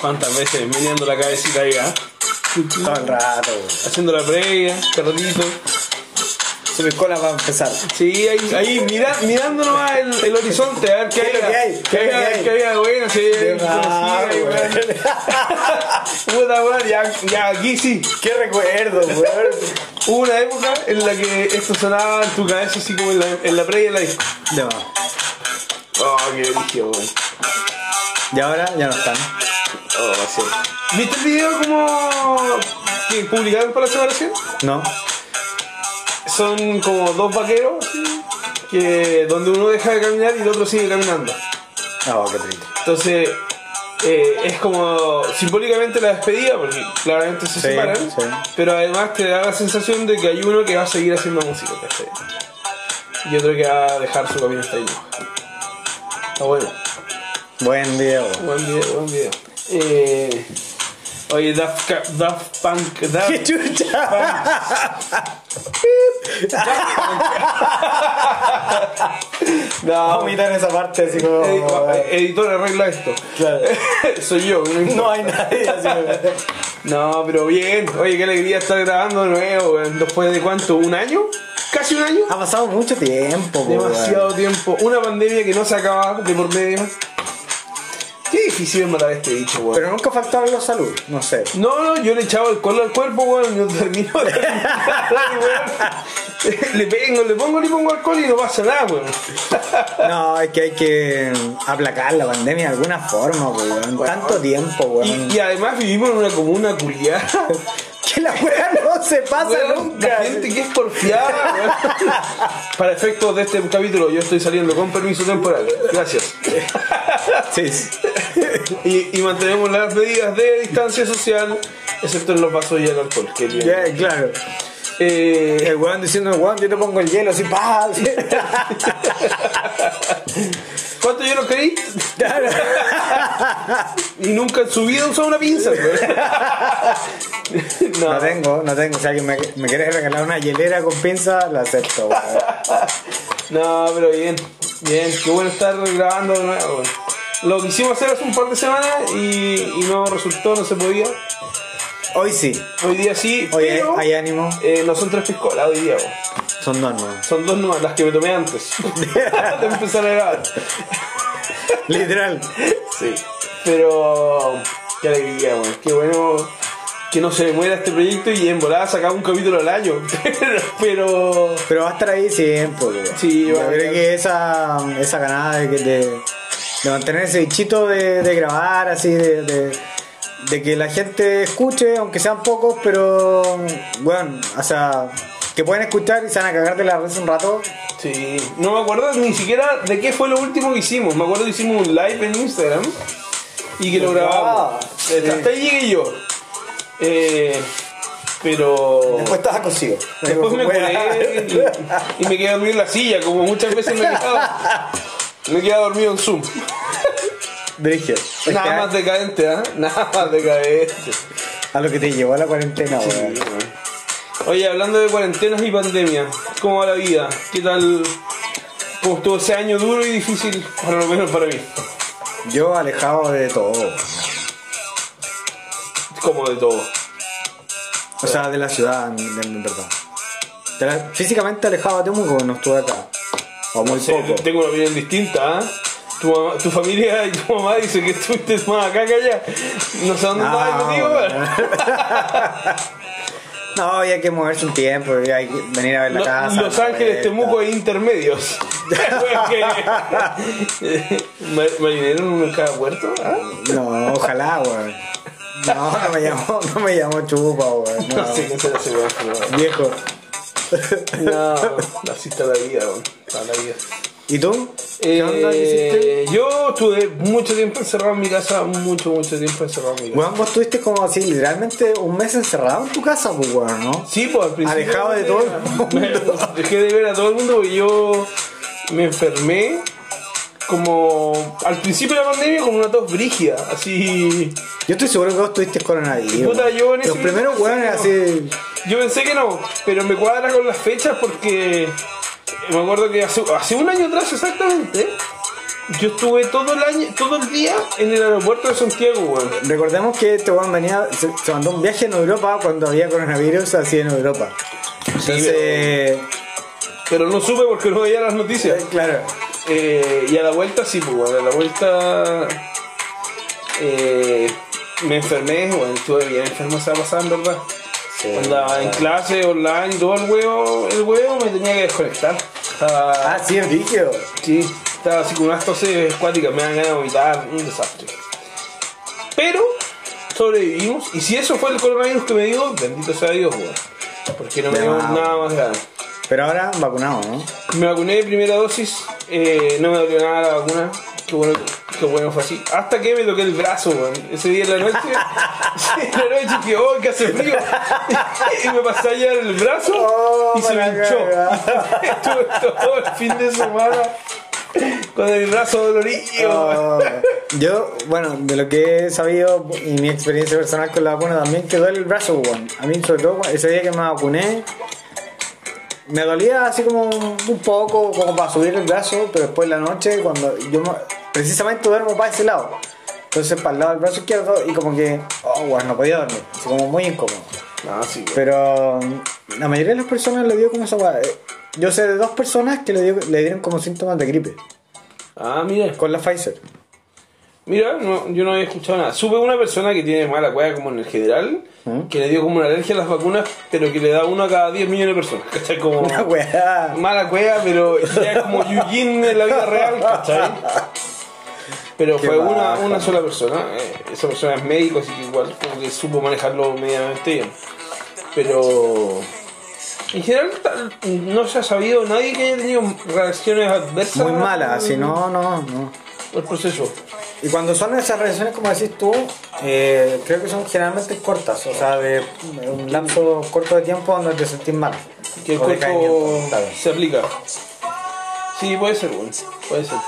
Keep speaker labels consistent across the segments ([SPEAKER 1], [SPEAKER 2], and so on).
[SPEAKER 1] ¿Cuántas veces meneando la cabecita ahí, ah?
[SPEAKER 2] Todo el rato, weón.
[SPEAKER 1] Haciendo la previa, perrito.
[SPEAKER 2] Se me cola para empezar.
[SPEAKER 1] Sí, ahí, ahí mira, mirando nomás el, el horizonte, a ver qué
[SPEAKER 2] ¿Qué es lo que
[SPEAKER 1] hay.
[SPEAKER 2] hay?
[SPEAKER 1] ¿Qué
[SPEAKER 2] ¿Qué es lo que
[SPEAKER 1] hay?
[SPEAKER 2] hay?
[SPEAKER 1] ¿Qué hay? Bueno, sí.
[SPEAKER 2] Qué
[SPEAKER 1] sí,
[SPEAKER 2] raro,
[SPEAKER 1] ahí,
[SPEAKER 2] weón.
[SPEAKER 1] weón. Puta, weón, ya, ya aquí sí.
[SPEAKER 2] Qué recuerdo, weón.
[SPEAKER 1] Hubo una época en la que esto sonaba en tu cabeza así como en la, en la previa de la disco.
[SPEAKER 2] No.
[SPEAKER 1] Oh, qué delicio, weón.
[SPEAKER 2] Y ahora ya no están.
[SPEAKER 1] Oh, sí. ¿Viste el video como que publicaron para la separación?
[SPEAKER 2] No.
[SPEAKER 1] Son como dos vaqueros así, que donde uno deja de caminar y el otro sigue caminando.
[SPEAKER 2] No, Ah, oh, qué triste.
[SPEAKER 1] Entonces, eh, es como simbólicamente la despedida, porque claramente se
[SPEAKER 2] Sí,
[SPEAKER 1] separan,
[SPEAKER 2] sí.
[SPEAKER 1] pero además te da la sensación de que hay uno que va a seguir haciendo música, ¿cachai? Y otro que va a dejar su camino hasta ahí. nomás. Está bueno,
[SPEAKER 2] Buen video. weón.
[SPEAKER 1] buen video, buen video. Eh, oye, Daft, Ca- Daft Punk, Daft
[SPEAKER 2] ¡Qué chucha!
[SPEAKER 1] no,
[SPEAKER 2] Vomitar esa parte así como.
[SPEAKER 1] edi- editor, arregla esto.
[SPEAKER 2] Claro.
[SPEAKER 1] Soy yo, no importa.
[SPEAKER 2] No hay nadie así como-
[SPEAKER 1] No, pero bien. Oye, qué alegría estar grabando de nuevo, weón. Después de cuánto, un año, casi un año.
[SPEAKER 2] Ha pasado mucho tiempo, po,
[SPEAKER 1] Demasiado tiempo. Una pandemia que no se acaba de por medio. Qué difícil es matar a este bicho,
[SPEAKER 2] weón.
[SPEAKER 1] weón.
[SPEAKER 2] Pero nunca faltaban los salud, no sé.
[SPEAKER 1] No, no, yo le echaba alcohol al cuerpo, weón, y no termino de terminar, weón. Le pego, le pongo, le pongo alcohol y no pasa nada, weón.
[SPEAKER 2] No, es que hay que aplacar la pandemia de alguna forma, po, weón. Tanto tiempo, weón.
[SPEAKER 1] Y, y además vivimos en una comuna culiada.
[SPEAKER 2] Que la weá no se pasa
[SPEAKER 1] Weón,
[SPEAKER 2] nunca.
[SPEAKER 1] la gente que es porfiada, weón. Para efectos de este capítulo, yo estoy saliendo con permiso temporal. Gracias.
[SPEAKER 2] Sí, sí.
[SPEAKER 1] Y, y mantenemos las medidas de distancia social, excepto en los vasos y el alcohol. Que bien.
[SPEAKER 2] Ya, claro.
[SPEAKER 1] Eh,
[SPEAKER 2] El weón diciendo, weón, yo te pongo el hielo así, pa. así.
[SPEAKER 1] ¿Cuánto yo lo creí? y nunca en su vida usó una pinza. weón.
[SPEAKER 2] No
[SPEAKER 1] no,
[SPEAKER 2] tengo, no tengo. Si alguien me, me quiere regalar una hielera con pinza, la acepto, weón.
[SPEAKER 1] no, pero bien, bien, qué bueno estar grabando de nuevo. weón. Lo quisimos hacer hace un par de semanas y, y no resultó, no se podía.
[SPEAKER 2] Hoy sí.
[SPEAKER 1] Hoy día sí,
[SPEAKER 2] Hoy hay,
[SPEAKER 1] pero
[SPEAKER 2] hay ánimo.
[SPEAKER 1] eh, no son tres piscolas hoy día. weón.
[SPEAKER 2] Son dos nuevos.
[SPEAKER 1] Son dos nuevas, las que me tomé antes de empezar a grabar.
[SPEAKER 2] Literal.
[SPEAKER 1] Sí. Pero qué alegría, weón. Qué bueno que no se me muera este proyecto y en volada sacaba un capítulo al año. Pero, pero
[SPEAKER 2] Pero va a estar ahí siempre, weón.
[SPEAKER 1] Sí,
[SPEAKER 2] Yo
[SPEAKER 1] va a
[SPEAKER 2] creo
[SPEAKER 1] estar.
[SPEAKER 2] que esa, esa ganada de, que- de, de mantener ese bichito de, de grabar, así, de, de, de que la gente escuche, aunque sean pocos, pero, bueno, o sea, que pueden escuchar y se van a cagar de la risa un rato.
[SPEAKER 1] sí. No me acuerdo ni siquiera de qué fue lo último que hicimos. Me acuerdo que hicimos un live en Instagram y que lo
[SPEAKER 2] ¿Verdad?
[SPEAKER 1] grabamos.
[SPEAKER 2] Sí.
[SPEAKER 1] Hasta ahí llegué yo. Eh, pero.
[SPEAKER 2] estaba cosido.
[SPEAKER 1] Después me curé y, y me quedé dormido en la silla, como muchas veces me he quedado. Me he quedado dormido en Zoom.
[SPEAKER 2] Brigio. Es que
[SPEAKER 1] Nada
[SPEAKER 2] a-
[SPEAKER 1] más decadente, ¿ah? Nada más decadente.
[SPEAKER 2] A lo que te llevó a la cuarentena, weón.
[SPEAKER 1] Oye, hablando de cuarentenas y pandemia, ¿cómo va la vida? ¿Qué tal? ¿Cómo estuvo ese año duro y difícil? Para lo menos para mí.
[SPEAKER 2] Yo alejado de todo.
[SPEAKER 1] Como de todo.
[SPEAKER 2] O sea, de la ciudad, en, en verdad. De la- físicamente alejado de Temuco, no estuve acá. O muy
[SPEAKER 1] Sí,
[SPEAKER 2] poco.
[SPEAKER 1] tengo una opinión distinta, ¿ah? Tu, mamá- tu familia y tu mamá dicen que estuviste más acá que allá. No sé dónde
[SPEAKER 2] No,
[SPEAKER 1] estabas metido, weón.
[SPEAKER 2] No, había que moverse un tiempo, y hay que venir a ver la
[SPEAKER 1] Lo-
[SPEAKER 2] casa.
[SPEAKER 1] Los
[SPEAKER 2] la
[SPEAKER 1] Ángeles,
[SPEAKER 2] vuelta.
[SPEAKER 1] Temuco e intermedios. Mar- ¿Marinero en cada puerto? ¿Ah?
[SPEAKER 2] No, ojalá, weón. No, no me llamó, no me llamó chupa, weón. No,
[SPEAKER 1] No sé qué será ese weón, pero-
[SPEAKER 2] Viejo.
[SPEAKER 1] No, así está la vida, weón. Está la vida.
[SPEAKER 2] ¿Y tú?
[SPEAKER 1] Eh,
[SPEAKER 2] ¿Qué onda hiciste?
[SPEAKER 1] Yo estuve mucho tiempo encerrado en mi casa, mucho, mucho tiempo encerrado en mi casa.
[SPEAKER 2] Weón, vos estuviste como así, literalmente un mes encerrado en tu casa, pues, weón, ¿no?
[SPEAKER 1] Sí, pues al principio.
[SPEAKER 2] Alejado de todo el
[SPEAKER 1] Me-
[SPEAKER 2] mundo.
[SPEAKER 1] Dejé de ver a todo el mundo porque yo me enfermé como al principio de la pandemia con una tos brígida, así.
[SPEAKER 2] Yo estoy seguro que vos tuviste coronavirus.
[SPEAKER 1] Puta,
[SPEAKER 2] weón.
[SPEAKER 1] yo en ese
[SPEAKER 2] Los primeros
[SPEAKER 1] momento
[SPEAKER 2] weones así.
[SPEAKER 1] Yo pensé que no, pero me cuadra con las fechas porque me acuerdo que hace, hace un año atrás exactamente, yo estuve todo el año, todo el día en el aeropuerto de Santiago, weón.
[SPEAKER 2] Recordemos que este weón venía, se, se mandó un viaje en Europa cuando había coronavirus así en Europa. Entonces,
[SPEAKER 1] Pero no supe porque no veía las noticias.
[SPEAKER 2] eh, claro,
[SPEAKER 1] Eh, y a la vuelta sí, pues, weón, a la vuelta eh, me enfermé, weón, estuve bien enfermo esa pasada, en verdad. Andaba en clase, online, todo el huevo, el huevo me tenía que desconectar. Estaba-
[SPEAKER 2] Ah, sí, es brígido.
[SPEAKER 1] Sí, estaba así con unas toses acuáticas, me dan ganas de vomitar, un desastre. Pero sobrevivimos, y si eso fue el coronavirus que me dio, bendito sea Dios, weón. Porque no me
[SPEAKER 2] De
[SPEAKER 1] dio
[SPEAKER 2] más.
[SPEAKER 1] nada más grave.
[SPEAKER 2] Pero ahora vacunado, ¿no?
[SPEAKER 1] Me vacuné de primera dosis, eh, no me dolió nada la vacuna, qué bueno, qué bueno fue así. Hasta que me toqué el brazo, weón. Ese día en la noche, en la noche que hoy que hace frío. y me pasé allá el brazo
[SPEAKER 2] Oh,
[SPEAKER 1] y se me
[SPEAKER 2] para
[SPEAKER 1] hinchó.
[SPEAKER 2] cagar.
[SPEAKER 1] Estuve todo el fin de semana con el brazo dolorido. weón.
[SPEAKER 2] Oh, yo, bueno, de lo que he sabido y mi experiencia personal con la vacuna también, que duele el brazo, weón. A mí, sobre todo, ese día que me vacuné, me dolía así como un poco, como para subir el brazo, pero después en la noche, cuando yo me- precisamente duermo para ese lado, entonces para el lado del brazo izquierdo, y como que, oh, weón, no podía dormir, así como muy incómodo.
[SPEAKER 1] No, sí, weón.
[SPEAKER 2] Pero mm, la mayoría de las personas le dio como esa weá. Eh, Yo sé de dos personas que le, dio- le dieron como síntomas de gripe,
[SPEAKER 1] Ah, mira.
[SPEAKER 2] con la Pfizer.
[SPEAKER 1] Mira, no, yo no había escuchado nada. Supe una persona que tiene mala cueva como en el general,
[SPEAKER 2] ¿Mm?
[SPEAKER 1] que le dio como una alergia a las vacunas, pero que le da uno a cada 10 millones de personas. ¿Cachai? Como
[SPEAKER 2] Una weá.
[SPEAKER 1] mala cueva, pero ya como Eugene en la vida real, ¿cachai? Pero
[SPEAKER 2] Qué
[SPEAKER 1] fue una,
[SPEAKER 2] baja.
[SPEAKER 1] una sola persona. eh, esa persona es médico, así que igual como que supo manejarlo medianamente bien. Pero... En general tal- no se ha sabido nadie que haya tenido reacciones adversas.
[SPEAKER 2] Muy mala, así, no, no, no.
[SPEAKER 1] El proceso.
[SPEAKER 2] Y cuando son esas reacciones, como decís tú, eh, creo que son generalmente cortas, o sea, de un lapso corto de tiempo donde te sentís mal.
[SPEAKER 1] Que el
[SPEAKER 2] O
[SPEAKER 1] cuerpo
[SPEAKER 2] decaimiento, claro.
[SPEAKER 1] se aplica. Sí, puede ser, bueno, puede ser.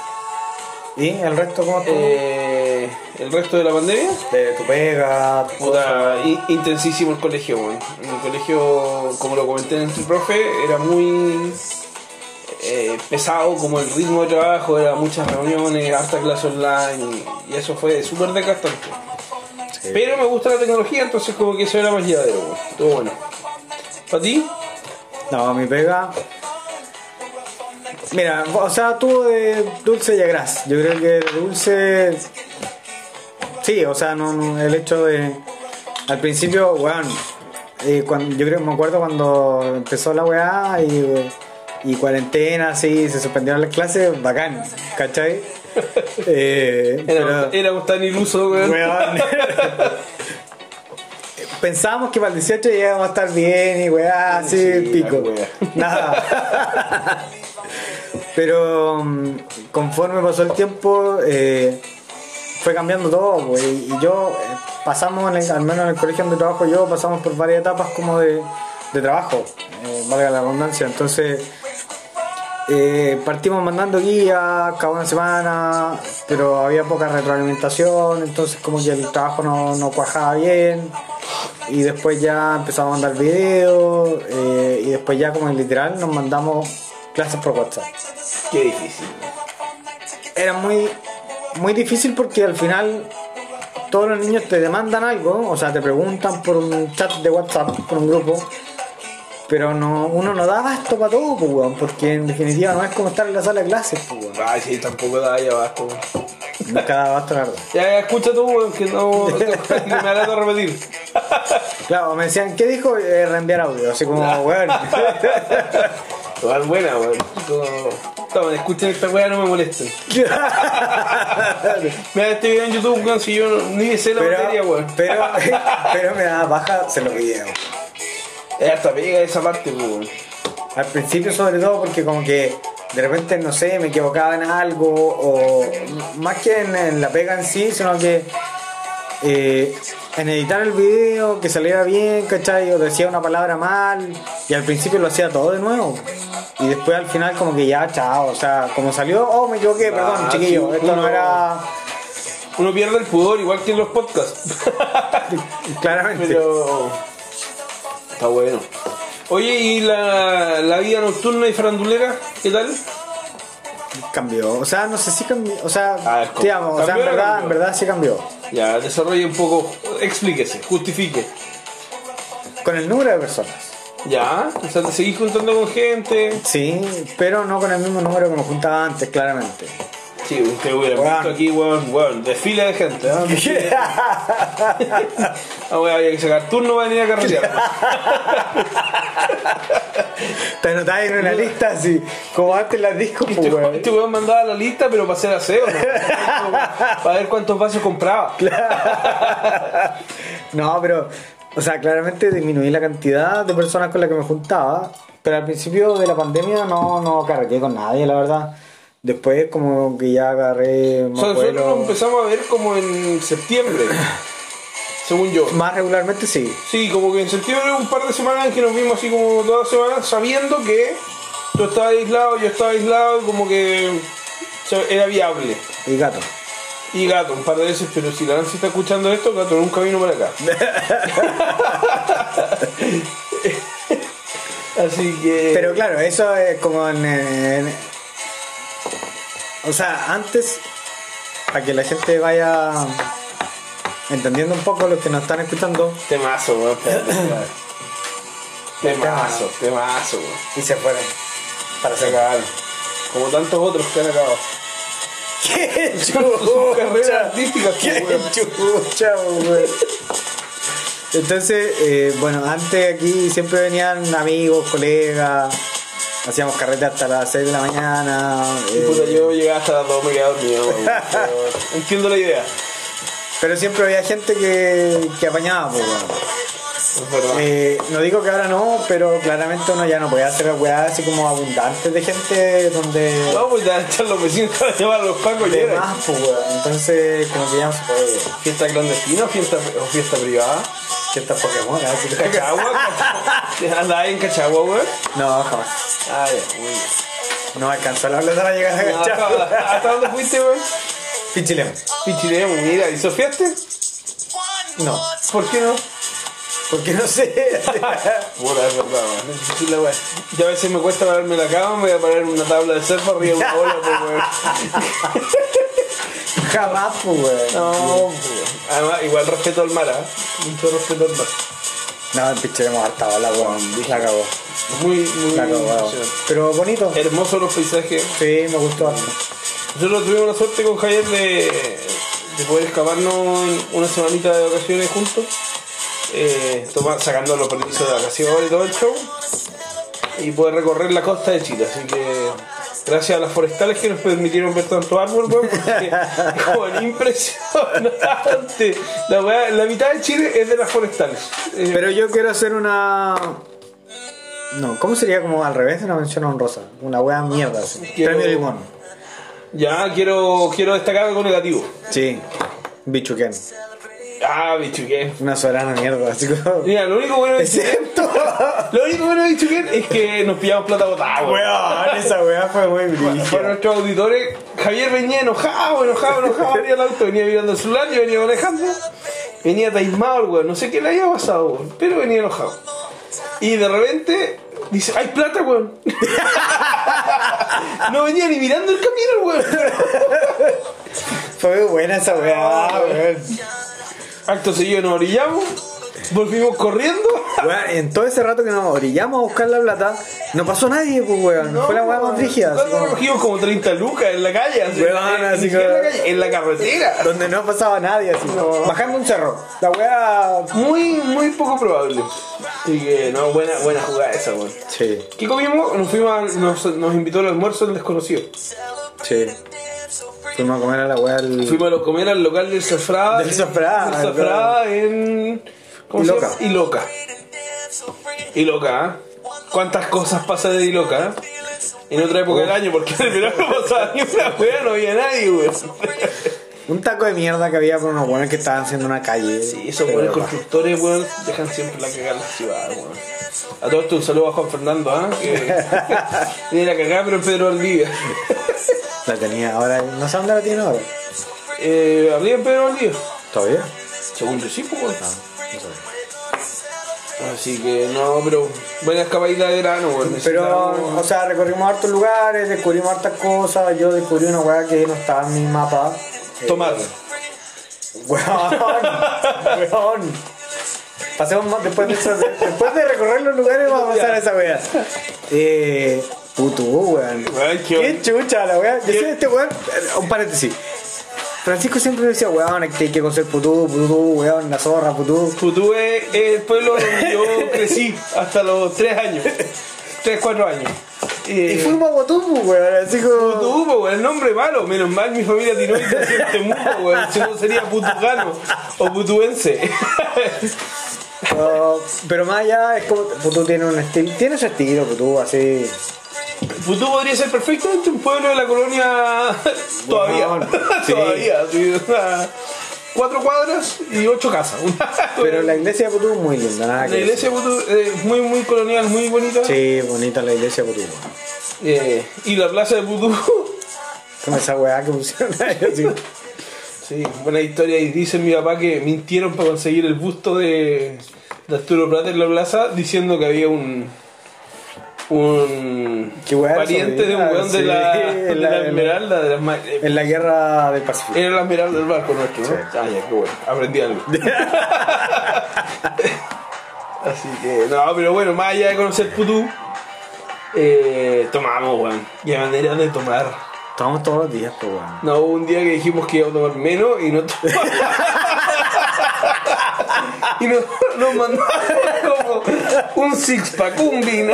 [SPEAKER 2] ¿Y el resto como
[SPEAKER 1] Eh, el resto de la pandemia,
[SPEAKER 2] de tu pega, tu
[SPEAKER 1] puta, in- intensísimo el colegio, bueno. En el colegio, como lo comenté en el profe, era muy eh, pesado como el ritmo de trabajo, era muchas reuniones, hasta clase online, y eso fue súper desgastante.
[SPEAKER 2] Sí.
[SPEAKER 1] Pero me gusta la tecnología, entonces como que eso era más llevadero, bueno. Todo bueno. ¿Para ti?
[SPEAKER 2] No, mi pega. Mira, o sea, tuvo de dulce y agraz. Yo creo que de dulce. Sí, o sea, no, no, el hecho de. Al principio, weón. eh, cuan- yo creo me acuerdo cuando empezó la weá y, y cuarentena, así, se suspendieron las clases, bacán, ¿cachai? Eh,
[SPEAKER 1] Éramos,
[SPEAKER 2] pero-
[SPEAKER 1] éramos tan ilusos, weón.
[SPEAKER 2] Weón. Pensábamos que para el 18 ya íbamos a estar bien y weá, así
[SPEAKER 1] Sí,
[SPEAKER 2] el pico.
[SPEAKER 1] la wea.
[SPEAKER 2] Nada. Pero mm, conforme pasó el tiempo, eh, fue cambiando todo, pues, Y, y yo eh, pasamos, en el- al menos en el colegio donde trabajo yo, pasamos por varias etapas como de, de trabajo, eh, valga la redundancia. Entonces, eh, partimos mandando guías cada una semana, pero había poca retroalimentación, entonces como que el trabajo no, no cuajaba bien. Y después ya empezamos a mandar videos, eh, y después ya como en literal nos mandamos clases por WhatsApp.
[SPEAKER 1] Qué difícil.
[SPEAKER 2] Era muy, muy difícil porque al final todos los niños te demandan algo, o sea, te preguntan por un chat de WhatsApp, por un grupo, pero no, uno no da abasto para todo, pues, weón, porque en definitiva no es como estar en la sala de clases, pues, weón.
[SPEAKER 1] Ay, sí, tampoco da ahí abajo.
[SPEAKER 2] Nunca daba abasto, la verdad.
[SPEAKER 1] Ya, ya, escucha tú, weón, que no, no me hará repetir.
[SPEAKER 2] Claro, me decían, ¿qué dijo? Eh, reenviar audio, así como, weón.
[SPEAKER 1] Igual buena, weón. Como, Toma, escuchen esta weá, no me molesten. Mira este video en YouTube, weón, si yo no- ni sé la materia,
[SPEAKER 2] pero,
[SPEAKER 1] weón.
[SPEAKER 2] pero, pero me daba baja, se lo videos.
[SPEAKER 1] Es eh, hasta pega esa parte, weón.
[SPEAKER 2] Al principio sobre todo porque como que de repente, no sé, me equivocaba en algo o más que en, en la pega en sí, sino que eh, en editar el video, que saliera bien, ¿cachai? O decía una palabra mal, y al principio lo hacía todo de nuevo. Y después al final como que ya, chao, o sea, como salió, oh, me equivoqué,
[SPEAKER 1] Ah,
[SPEAKER 2] perdón,
[SPEAKER 1] sí,
[SPEAKER 2] chiquillo, esto
[SPEAKER 1] uno-
[SPEAKER 2] no era
[SPEAKER 1] Uno pierde el pudor igual que en los podcasts.
[SPEAKER 2] claramente.
[SPEAKER 1] Pero. Está bueno. Oye, ¿y la, la vida nocturna y farandulera? ¿Qué tal?
[SPEAKER 2] Cambió, o sea, no sé si cambió, o sea,
[SPEAKER 1] Ah, es como-
[SPEAKER 2] digamos, o sea, en
[SPEAKER 1] ¿cambió o no
[SPEAKER 2] verdad,
[SPEAKER 1] cambió?
[SPEAKER 2] en verdad sí cambió.
[SPEAKER 1] Ya, desarrolle un poco, explíquese, justifique.
[SPEAKER 2] Con el número de personas.
[SPEAKER 1] Ya, o sea, te seguís juntando con gente.
[SPEAKER 2] Sí, pero no con el mismo número que me juntaba antes, claramente.
[SPEAKER 1] Sí, usted hubiera
[SPEAKER 2] Weón.
[SPEAKER 1] visto aquí, weón, weón, desfile de gente. ¿ah? Ah, weón, había que sacar turno para venir a carretear.
[SPEAKER 2] Te anotabas en una lista así, como antes las discos,
[SPEAKER 1] Este
[SPEAKER 2] pues,
[SPEAKER 1] weón,
[SPEAKER 2] weón.
[SPEAKER 1] este weón mandaba la lista, pero para hacer aseo, ¿no? para ver cuántos vasos compraba.
[SPEAKER 2] No, pero, o sea, claramente disminuí la cantidad de personas con las que me juntaba, pero al principio de la pandemia no, no carreteé con nadie, la verdad. Después como que ya agarré
[SPEAKER 1] O
[SPEAKER 2] más
[SPEAKER 1] sea, nosotros
[SPEAKER 2] vuelo.
[SPEAKER 1] nos empezamos a ver como en septiembre, según yo.
[SPEAKER 2] Más regularmente sí.
[SPEAKER 1] Sí, como que en septiembre hubo un par de semanas en que nos vimos así como todas las semanas, sabiendo que tú estabas aislado, yo estaba aislado, como que o sea, era viable.
[SPEAKER 2] Y gato.
[SPEAKER 1] Y gato, un par de veces, pero si la Nancy está escuchando esto, gato nunca vino para acá. así que.
[SPEAKER 2] Pero claro, eso es como en, en- O sea, antes, para que la gente vaya entendiendo un poco los que nos están escuchando.
[SPEAKER 1] Temazo, weón. espérate, espérate. Temazo, temazo, weón.
[SPEAKER 2] Y se fueron. Para
[SPEAKER 1] Se cagaron. Como tantos otros que han acabado.
[SPEAKER 2] ¡Qué
[SPEAKER 1] Sus carreras
[SPEAKER 2] chucha!
[SPEAKER 1] artísticas,
[SPEAKER 2] ¡Qué
[SPEAKER 1] weón.
[SPEAKER 2] chucha, weón! Entonces, eh, bueno, antes aquí siempre venían amigos, colegas, hacíamos carrete hasta las 6 de la mañana. eh,
[SPEAKER 1] Puta, yo llegaba hasta las 2, me quedaba dormido, weón. Pero Entiendo la idea.
[SPEAKER 2] Pero siempre había gente que, que apañaba, pues, weón.
[SPEAKER 1] Es verdad.
[SPEAKER 2] Eh, no digo que ahora no, pero claramente uno ya no puede hacer weas así como abundantes de gente donde.
[SPEAKER 1] Vamos a echar pues los vecinos a llevar a los pacos
[SPEAKER 2] de
[SPEAKER 1] llegan.
[SPEAKER 2] más, pues, weón. Entonces, como que ya no se puede.
[SPEAKER 1] ¿Fiesta clandestina o fiesta, o fiesta privada?
[SPEAKER 2] Que está Pokémon, ¿eh? a ver si te
[SPEAKER 1] ¿Cachagua? ¿Andaba ahí en Cachagua, weón?
[SPEAKER 2] No, jamás.
[SPEAKER 1] Ah, ya, muy bien.
[SPEAKER 2] No alcanzó la plata para llegar a
[SPEAKER 1] No, ¿Hasta
[SPEAKER 2] Cachagua.
[SPEAKER 1] hasta dónde fuiste, weón?
[SPEAKER 2] Pichilemo.
[SPEAKER 1] Pichilemo, mira, ¿y sofiaste?
[SPEAKER 2] No,
[SPEAKER 1] ¿Por qué no?
[SPEAKER 2] porque no sé.
[SPEAKER 1] Puta, es verdad, weón. Es difícil la weá. Yo a veces me cuesta pararme de la cama, me voy a parar en una tabla de surf arriba de una ola, pues, weón.
[SPEAKER 2] jamás, pues, weón.
[SPEAKER 1] No, weón. Además, igual respeto al mar, ¿ah? Mucho respeto al mar.
[SPEAKER 2] No, el Pichilemo harta bala, weón. La cagó.
[SPEAKER 1] Muy, muy
[SPEAKER 2] La cagó, weón.
[SPEAKER 1] impresionante.
[SPEAKER 2] Pero bonito.
[SPEAKER 1] Hermosos los paisajes.
[SPEAKER 2] Sí, me gustó harto.
[SPEAKER 1] Nosotros tuvimos la suerte con Javier de, de poder escaparnos en una semanita de vacaciones juntos, eh, toma- sacando los permisos de vacaciones y todo el show, y poder recorrer la costa de Chile. Así que gracias a las forestales que nos permitieron ver tanto árbol, weón, porque es como impresionante. La, weá- la mitad de Chile es de las forestales. Eh,
[SPEAKER 2] Pero yo quiero hacer una. No, ¿cómo sería como al revés de una mención honrosa? Una wea mierda, así.
[SPEAKER 1] Quiero-
[SPEAKER 2] Premio Limón.
[SPEAKER 1] ya quiero, quiero destacar algo negativo.
[SPEAKER 2] Sí. Bichuquén.
[SPEAKER 1] Ah, bichuqué.
[SPEAKER 2] Una soberana mierda, así como.
[SPEAKER 1] Mira, lo único bueno de Bichuquén-
[SPEAKER 2] Excepto.
[SPEAKER 1] Lo único que no he dicho bien es que nos pillamos plata botada, weón.
[SPEAKER 2] Weón, esa wea fue muy
[SPEAKER 1] Para
[SPEAKER 2] brígida.
[SPEAKER 1] nuestros auditores, Javier venía enojado, enojado, enojado, venía al auto, venía mirando el celular, yo venía manejando, venía taimado el weón, no sé qué le había pasado, weón, pero venía enojado. Y de repente dice, hay plata, weón. no venía ni mirando el camino, weón.
[SPEAKER 2] Fue buena esa wea, Ah, weón.
[SPEAKER 1] Acto seguido nos orillamos, volvimos corriendo.
[SPEAKER 2] Weón, En todo ese rato que nos orillamos a buscar la plata, no pasó nadie, pues weón. fue la wea más brígida. así
[SPEAKER 1] Nosotros
[SPEAKER 2] como-
[SPEAKER 1] recogimos como 30 lucas en la calle, así,
[SPEAKER 2] Weón,
[SPEAKER 1] ni
[SPEAKER 2] así
[SPEAKER 1] siquiera en, la
[SPEAKER 2] como-
[SPEAKER 1] calle, en la carretera.
[SPEAKER 2] Donde no pasaba nadie, así. Bajando un cerro. La wea.
[SPEAKER 1] Muy, muy poco probable. Así que, no, buena, buena jugada esa, weón.
[SPEAKER 2] Sí,
[SPEAKER 1] ¿Qué comimos? Nos fuimos, a- nos, nos invitó al almuerzo el desconocido.
[SPEAKER 2] sí. Fuimos a comer a la wea el.
[SPEAKER 1] Fuimos a comer al local del Zafrada.
[SPEAKER 2] Del Zafrada,
[SPEAKER 1] Del Zafrada en... ¿Cómo
[SPEAKER 2] Iloca.
[SPEAKER 1] se llama? Iloca. Iloca, ¿ah? ¿Cuántas cosas pasan de Iloca, ah? En otra época del año, porque en el verano no pasaba ni una weá, no había nadie, weón.
[SPEAKER 2] Un taco de mierda que había por unos buenos que estaban haciendo una calle.
[SPEAKER 1] Sí, esos
[SPEAKER 2] Pero,
[SPEAKER 1] buenos
[SPEAKER 2] pa.
[SPEAKER 1] constructores, weón, dejan siempre la cagada en la ciudad, weón. A todos esto, un saludo a Juan Fernando, ¿ah? Que- Tiene la cagada, pero en Pedro Valdivia.
[SPEAKER 2] La tenía ahora. No sé dónde la tiene ahora.
[SPEAKER 1] eh, ¿Habría en Pedro Valdivia?
[SPEAKER 2] ¿Todavía?
[SPEAKER 1] Según yo sí, pues, weón.
[SPEAKER 2] No sé.
[SPEAKER 1] Así que no, pero buena escapadita de verano, weón.
[SPEAKER 2] Pero, o
[SPEAKER 1] Necesitamos-
[SPEAKER 2] sea, recorrimos hartos lugares, descubrimos hartas cosas. Yo descubrí una weá que no estaba en mi mapa. Eh,
[SPEAKER 1] tomar.
[SPEAKER 2] Weón, weón. Pasemos más después de, eso- después de recorrer los lugares, vamos a pasar a esa weá. Eh, puto, weón.
[SPEAKER 1] Weón, qué-
[SPEAKER 2] Qué chucha la weá. Yo soy este weón, eh, un paréntesis. Francisco siempre me decía, weón, es que hay que conocer putú, putú, weón, la zorra, putú.
[SPEAKER 1] Putú es Pues el pueblo donde yo crecí hasta los 3 años. 3, 4 años. Eh,
[SPEAKER 2] Y fuimos a Putú, pues, weón, así como...
[SPEAKER 1] Putú, po, weón, el nombre malo. Menos mal mi familia tinoide es de este mundo, weón. Si no sería putucano o putuense.
[SPEAKER 2] Pero, Oh, pero más allá es como Putú tiene un estilo, tiene su estilo Putú así.
[SPEAKER 1] Putú podría ser perfectamente un pueblo de la colonia todavía.
[SPEAKER 2] Bueno, sí.
[SPEAKER 1] todavía. sí, una- cuatro cuadras y ocho casas.
[SPEAKER 2] Pero la iglesia de Putú es muy linda, nada que
[SPEAKER 1] La iglesia de Putú es muy, muy colonial, muy bonita.
[SPEAKER 2] decir. Sí, bonita la iglesia de Putú.
[SPEAKER 1] Eh, y la plaza de Putú.
[SPEAKER 2] Como esa weá que pusieron ahí, así.
[SPEAKER 1] Sí, buena historia. Y dice mi papá que mintieron para conseguir el busto de, de Arturo Prat en la plaza diciendo que había un. Un
[SPEAKER 2] Qué weá,
[SPEAKER 1] pariente
[SPEAKER 2] eso,
[SPEAKER 1] de un
[SPEAKER 2] ah,
[SPEAKER 1] weón de,
[SPEAKER 2] sí,
[SPEAKER 1] la, de
[SPEAKER 2] la-
[SPEAKER 1] la Esmeralda, de las ma- eh,
[SPEAKER 2] En la guerra del Pacífico.
[SPEAKER 1] Era la Esmeralda del barco nuestro, ¿no?
[SPEAKER 2] Sí.
[SPEAKER 1] Ah, ya, qué bueno. Aprendí algo. Así que, no, pero bueno, más allá de conocer Putú, eh, tomamos, weón. Qué manera de tomar.
[SPEAKER 2] Tomamos todos los días, pues weón.
[SPEAKER 1] No, hubo un día que dijimos que iba a tomar menos y no tomamos. y nos, nos mandamos como un six pack, un vino.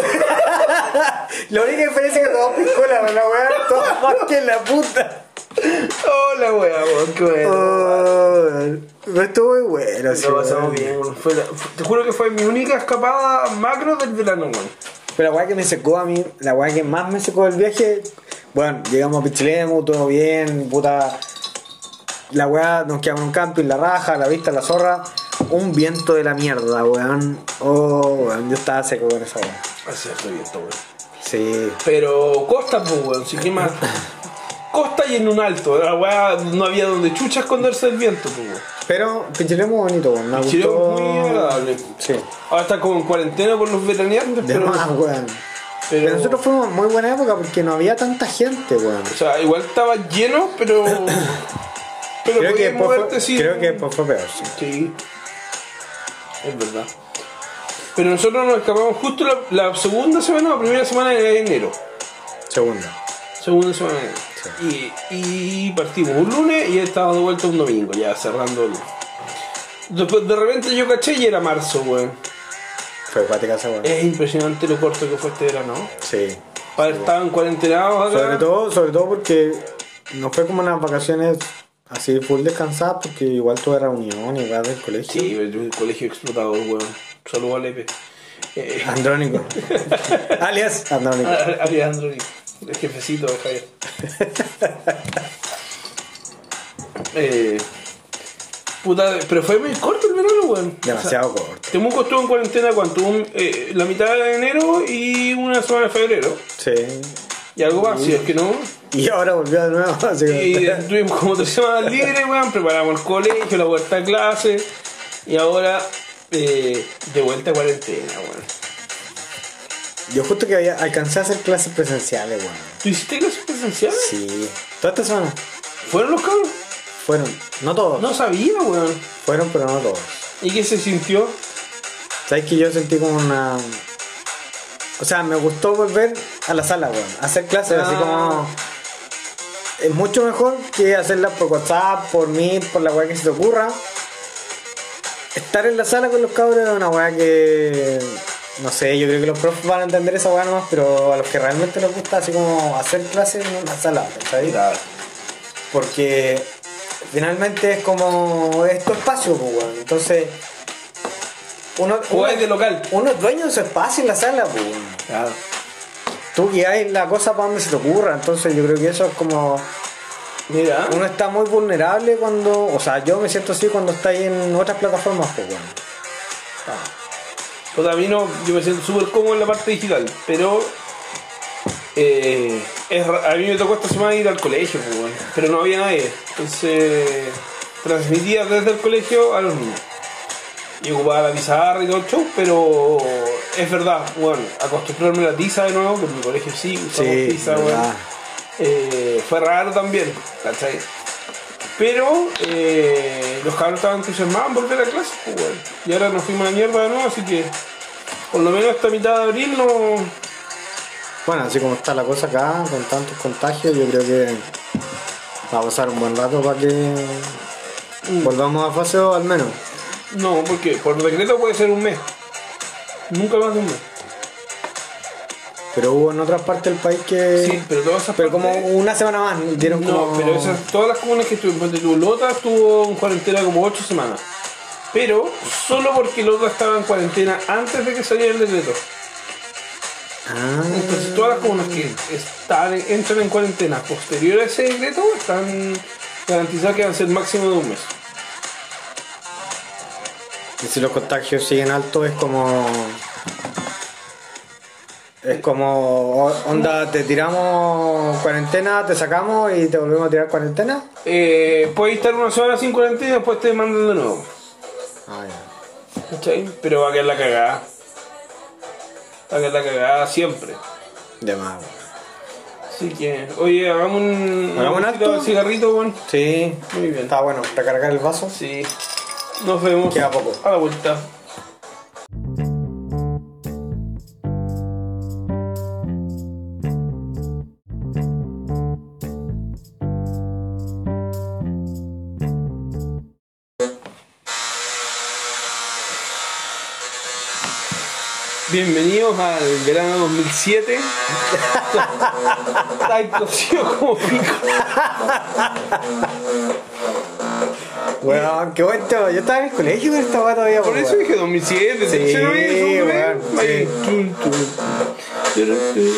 [SPEAKER 2] La única diferencia es que tomamos piscola, pero la weá todo más que la puta.
[SPEAKER 1] Hola, wea, weón, qué bueno.
[SPEAKER 2] No Oh, estuvo muy bueno, Oh, sí,
[SPEAKER 1] Lo pasamos
[SPEAKER 2] weón.
[SPEAKER 1] bien, weón. Fue la- fue- te juro que fue mi única escapada macro del verano, weón.
[SPEAKER 2] Pero la weá que me secó a mí, la weá que más me secó del viaje, bueno, llegamos a Pichilemu, todo bien, puta. La weá, nos quedamos en un camping, la raja, la vista, la zorra. Un viento de la mierda, weón. Oh, weón, yo estaba seco con esa weá.
[SPEAKER 1] Así estoy bien, weón.
[SPEAKER 2] Sí.
[SPEAKER 1] Pero Costa, pues, weón, si clima. Costa y en un alto, la weá no había donde chucha esconderse del viento, pues, weón.
[SPEAKER 2] Pero Pichilemu bonito, weón. Me
[SPEAKER 1] Chile
[SPEAKER 2] gustó.
[SPEAKER 1] es muy agradable.
[SPEAKER 2] Sí.
[SPEAKER 1] Ahora está como en cuarentena por los veraneantes,
[SPEAKER 2] De
[SPEAKER 1] pero.
[SPEAKER 2] más, weón.
[SPEAKER 1] pero-
[SPEAKER 2] Pero nosotros fuimos en muy buena época porque no había tanta gente, weón.
[SPEAKER 1] O sea, igual estaba lleno, pero. Pero
[SPEAKER 2] Creo que,
[SPEAKER 1] podías
[SPEAKER 2] después
[SPEAKER 1] moverte
[SPEAKER 2] fue,
[SPEAKER 1] sin.
[SPEAKER 2] creo que después fue peor, sí.
[SPEAKER 1] Sí. Es verdad. Pero nosotros nos escapamos justo la, la segunda semana o primera semana de enero.
[SPEAKER 2] Segundo.
[SPEAKER 1] Segunda semana de enero. Y, y partimos un lunes y estaba de vuelta un domingo, ya cerrando el. Después, de repente yo caché y era marzo, weón.
[SPEAKER 2] Fue cuática esa weón.
[SPEAKER 1] Es impresionante lo corto que fue este verano.
[SPEAKER 2] Sí.
[SPEAKER 1] Para estar en cuarentenados acá.
[SPEAKER 2] Sobre todo, sobre todo porque no fue como unas vacaciones así full descansadas porque igual tuve reunión y weas del colegio.
[SPEAKER 1] Sí, el colegio explotador, weón. Saludos a Lepe. Eh,
[SPEAKER 2] Andrónico. Alias Andrónico.
[SPEAKER 1] Ah. Alejandro, el jefecito de Javier. Eh, puta, pero fue muy corto el verano, weón.
[SPEAKER 2] Demasiado corto.
[SPEAKER 1] Temuco estuvo en cuarentena cuánto, Un- eh, la mitad de enero y una semana de febrero.
[SPEAKER 2] Sí.
[SPEAKER 1] Y algo más, si es que no.
[SPEAKER 2] Y ahora volvió de nuevo. Así
[SPEAKER 1] Y
[SPEAKER 2] que...
[SPEAKER 1] tuvimos como tres semanas libres, weón. Preparamos el colegio, la vuelta a clase. Y ahora, eh, de vuelta a cuarentena, weón.
[SPEAKER 2] Yo justo que había alcancé a hacer clases presenciales, weón.
[SPEAKER 1] ¿Tú hiciste clases presenciales?
[SPEAKER 2] Sí. Toda esta semana.
[SPEAKER 1] ¿Fueron los cabros?
[SPEAKER 2] Fueron. No todos.
[SPEAKER 1] No sabía, weón.
[SPEAKER 2] Fueron, pero no todos.
[SPEAKER 1] ¿Y qué se sintió?
[SPEAKER 2] ¿Sabes que yo sentí como una. O sea, me gustó volver a la sala, weón. a Hacer clases
[SPEAKER 1] Ah.
[SPEAKER 2] así como. Es mucho mejor que hacerlas por WhatsApp, por mí, por la weá que se te ocurra. Estar en la sala con los cabros es una weá que. No sé, yo creo que los profes van a entender esa weá nomás, pero a los que realmente les gusta, así como hacer clases en una sala, ¿sabes? porque finalmente es como es tu espacio, pues, weón. Entonces, uno, uno,
[SPEAKER 1] Jugáis de local.
[SPEAKER 2] uno es dueño de su espacio en la sala, pues, weón.
[SPEAKER 1] Claro.
[SPEAKER 2] Tú guiáis la cosa para donde se te ocurra, entonces yo creo que eso es como
[SPEAKER 1] Mira.
[SPEAKER 2] Uno está muy vulnerable cuando. O sea, yo me siento así cuando estáis en otras plataformas, pues, weón.
[SPEAKER 1] Pues a mí no, yo me siento súper cómodo en la parte digital, pero eh, es ra- a mí me tocó esta semana ir al colegio, pues, weón, pero no había nadie. Entonces transmitía desde el colegio a los niños. Y ocupaba la pizarra y todo el show, pero es verdad, bueno, acostumbrarme a la tiza de nuevo, que en mi colegio sí usamos
[SPEAKER 2] Sí,
[SPEAKER 1] tiza, weón.
[SPEAKER 2] verdad.
[SPEAKER 1] Eh, fue raro también, ¿cachai? Pero eh, los cabros estaban entusiasmados en volver a clase, pues, weón. Y ahora nos fuimos a la mierda de nuevo, así que por lo menos hasta mitad de abril no.
[SPEAKER 2] Bueno, así como está la cosa acá, con tantos contagios, yo creo que va a pasar un buen rato para que
[SPEAKER 1] Mm.
[SPEAKER 2] volvamos a fase 2 al menos.
[SPEAKER 1] No, porque por decreto puede ser un mes. Nunca más de un mes.
[SPEAKER 2] Pero hubo en otras partes del país que.
[SPEAKER 1] Sí, pero todas esas
[SPEAKER 2] pero como
[SPEAKER 1] partes-
[SPEAKER 2] una semana más, dieron
[SPEAKER 1] No,
[SPEAKER 2] como.
[SPEAKER 1] pero esas, todas las comunas que estuvimos, ponte tú, Lota estuvo en cuarentena como 8 semanas. Pero solo porque Lota estaba en cuarentena antes de que saliera el decreto.
[SPEAKER 2] Ah,
[SPEAKER 1] Entonces todas las comunas que están, entran en cuarentena posterior a ese decreto están garantizadas que van a ser máximo de un mes.
[SPEAKER 2] y si los contagios siguen altos, es como. Es como. o- Onda, te tiramos cuarentena, te sacamos y te volvemos a tirar cuarentena.
[SPEAKER 1] Eh, puedes estar una sola sin cuarentena y después te mandan de nuevo.
[SPEAKER 2] Ah, ya.
[SPEAKER 1] ¿Cachai? Pero va a quedar la cagada. Va a quedar la cagada siempre.
[SPEAKER 2] De más.
[SPEAKER 1] Así que, oye, hagamos un,
[SPEAKER 2] ¿Hagamos un
[SPEAKER 1] poquito
[SPEAKER 2] acto?
[SPEAKER 1] de cigarrito, weón.
[SPEAKER 2] Sí,
[SPEAKER 1] Muy bien.
[SPEAKER 2] está bueno, recargar el vaso.
[SPEAKER 1] Sí. Nos vemos
[SPEAKER 2] Queda poco.
[SPEAKER 1] a la vuelta. Bienvenidos al verano 2007. Está tosido como pico.
[SPEAKER 2] Weón, qué bueno. Yo estaba en el colegio con esta weá todavía.
[SPEAKER 1] Por
[SPEAKER 2] pues,
[SPEAKER 1] eso
[SPEAKER 2] weón.
[SPEAKER 1] dije 2007,
[SPEAKER 2] Sí,
[SPEAKER 1] ¿se lo ves? ¿Se lo ves?
[SPEAKER 2] weón,
[SPEAKER 1] Ahí.
[SPEAKER 2] sí.
[SPEAKER 1] Tum, tum. Tum, tum.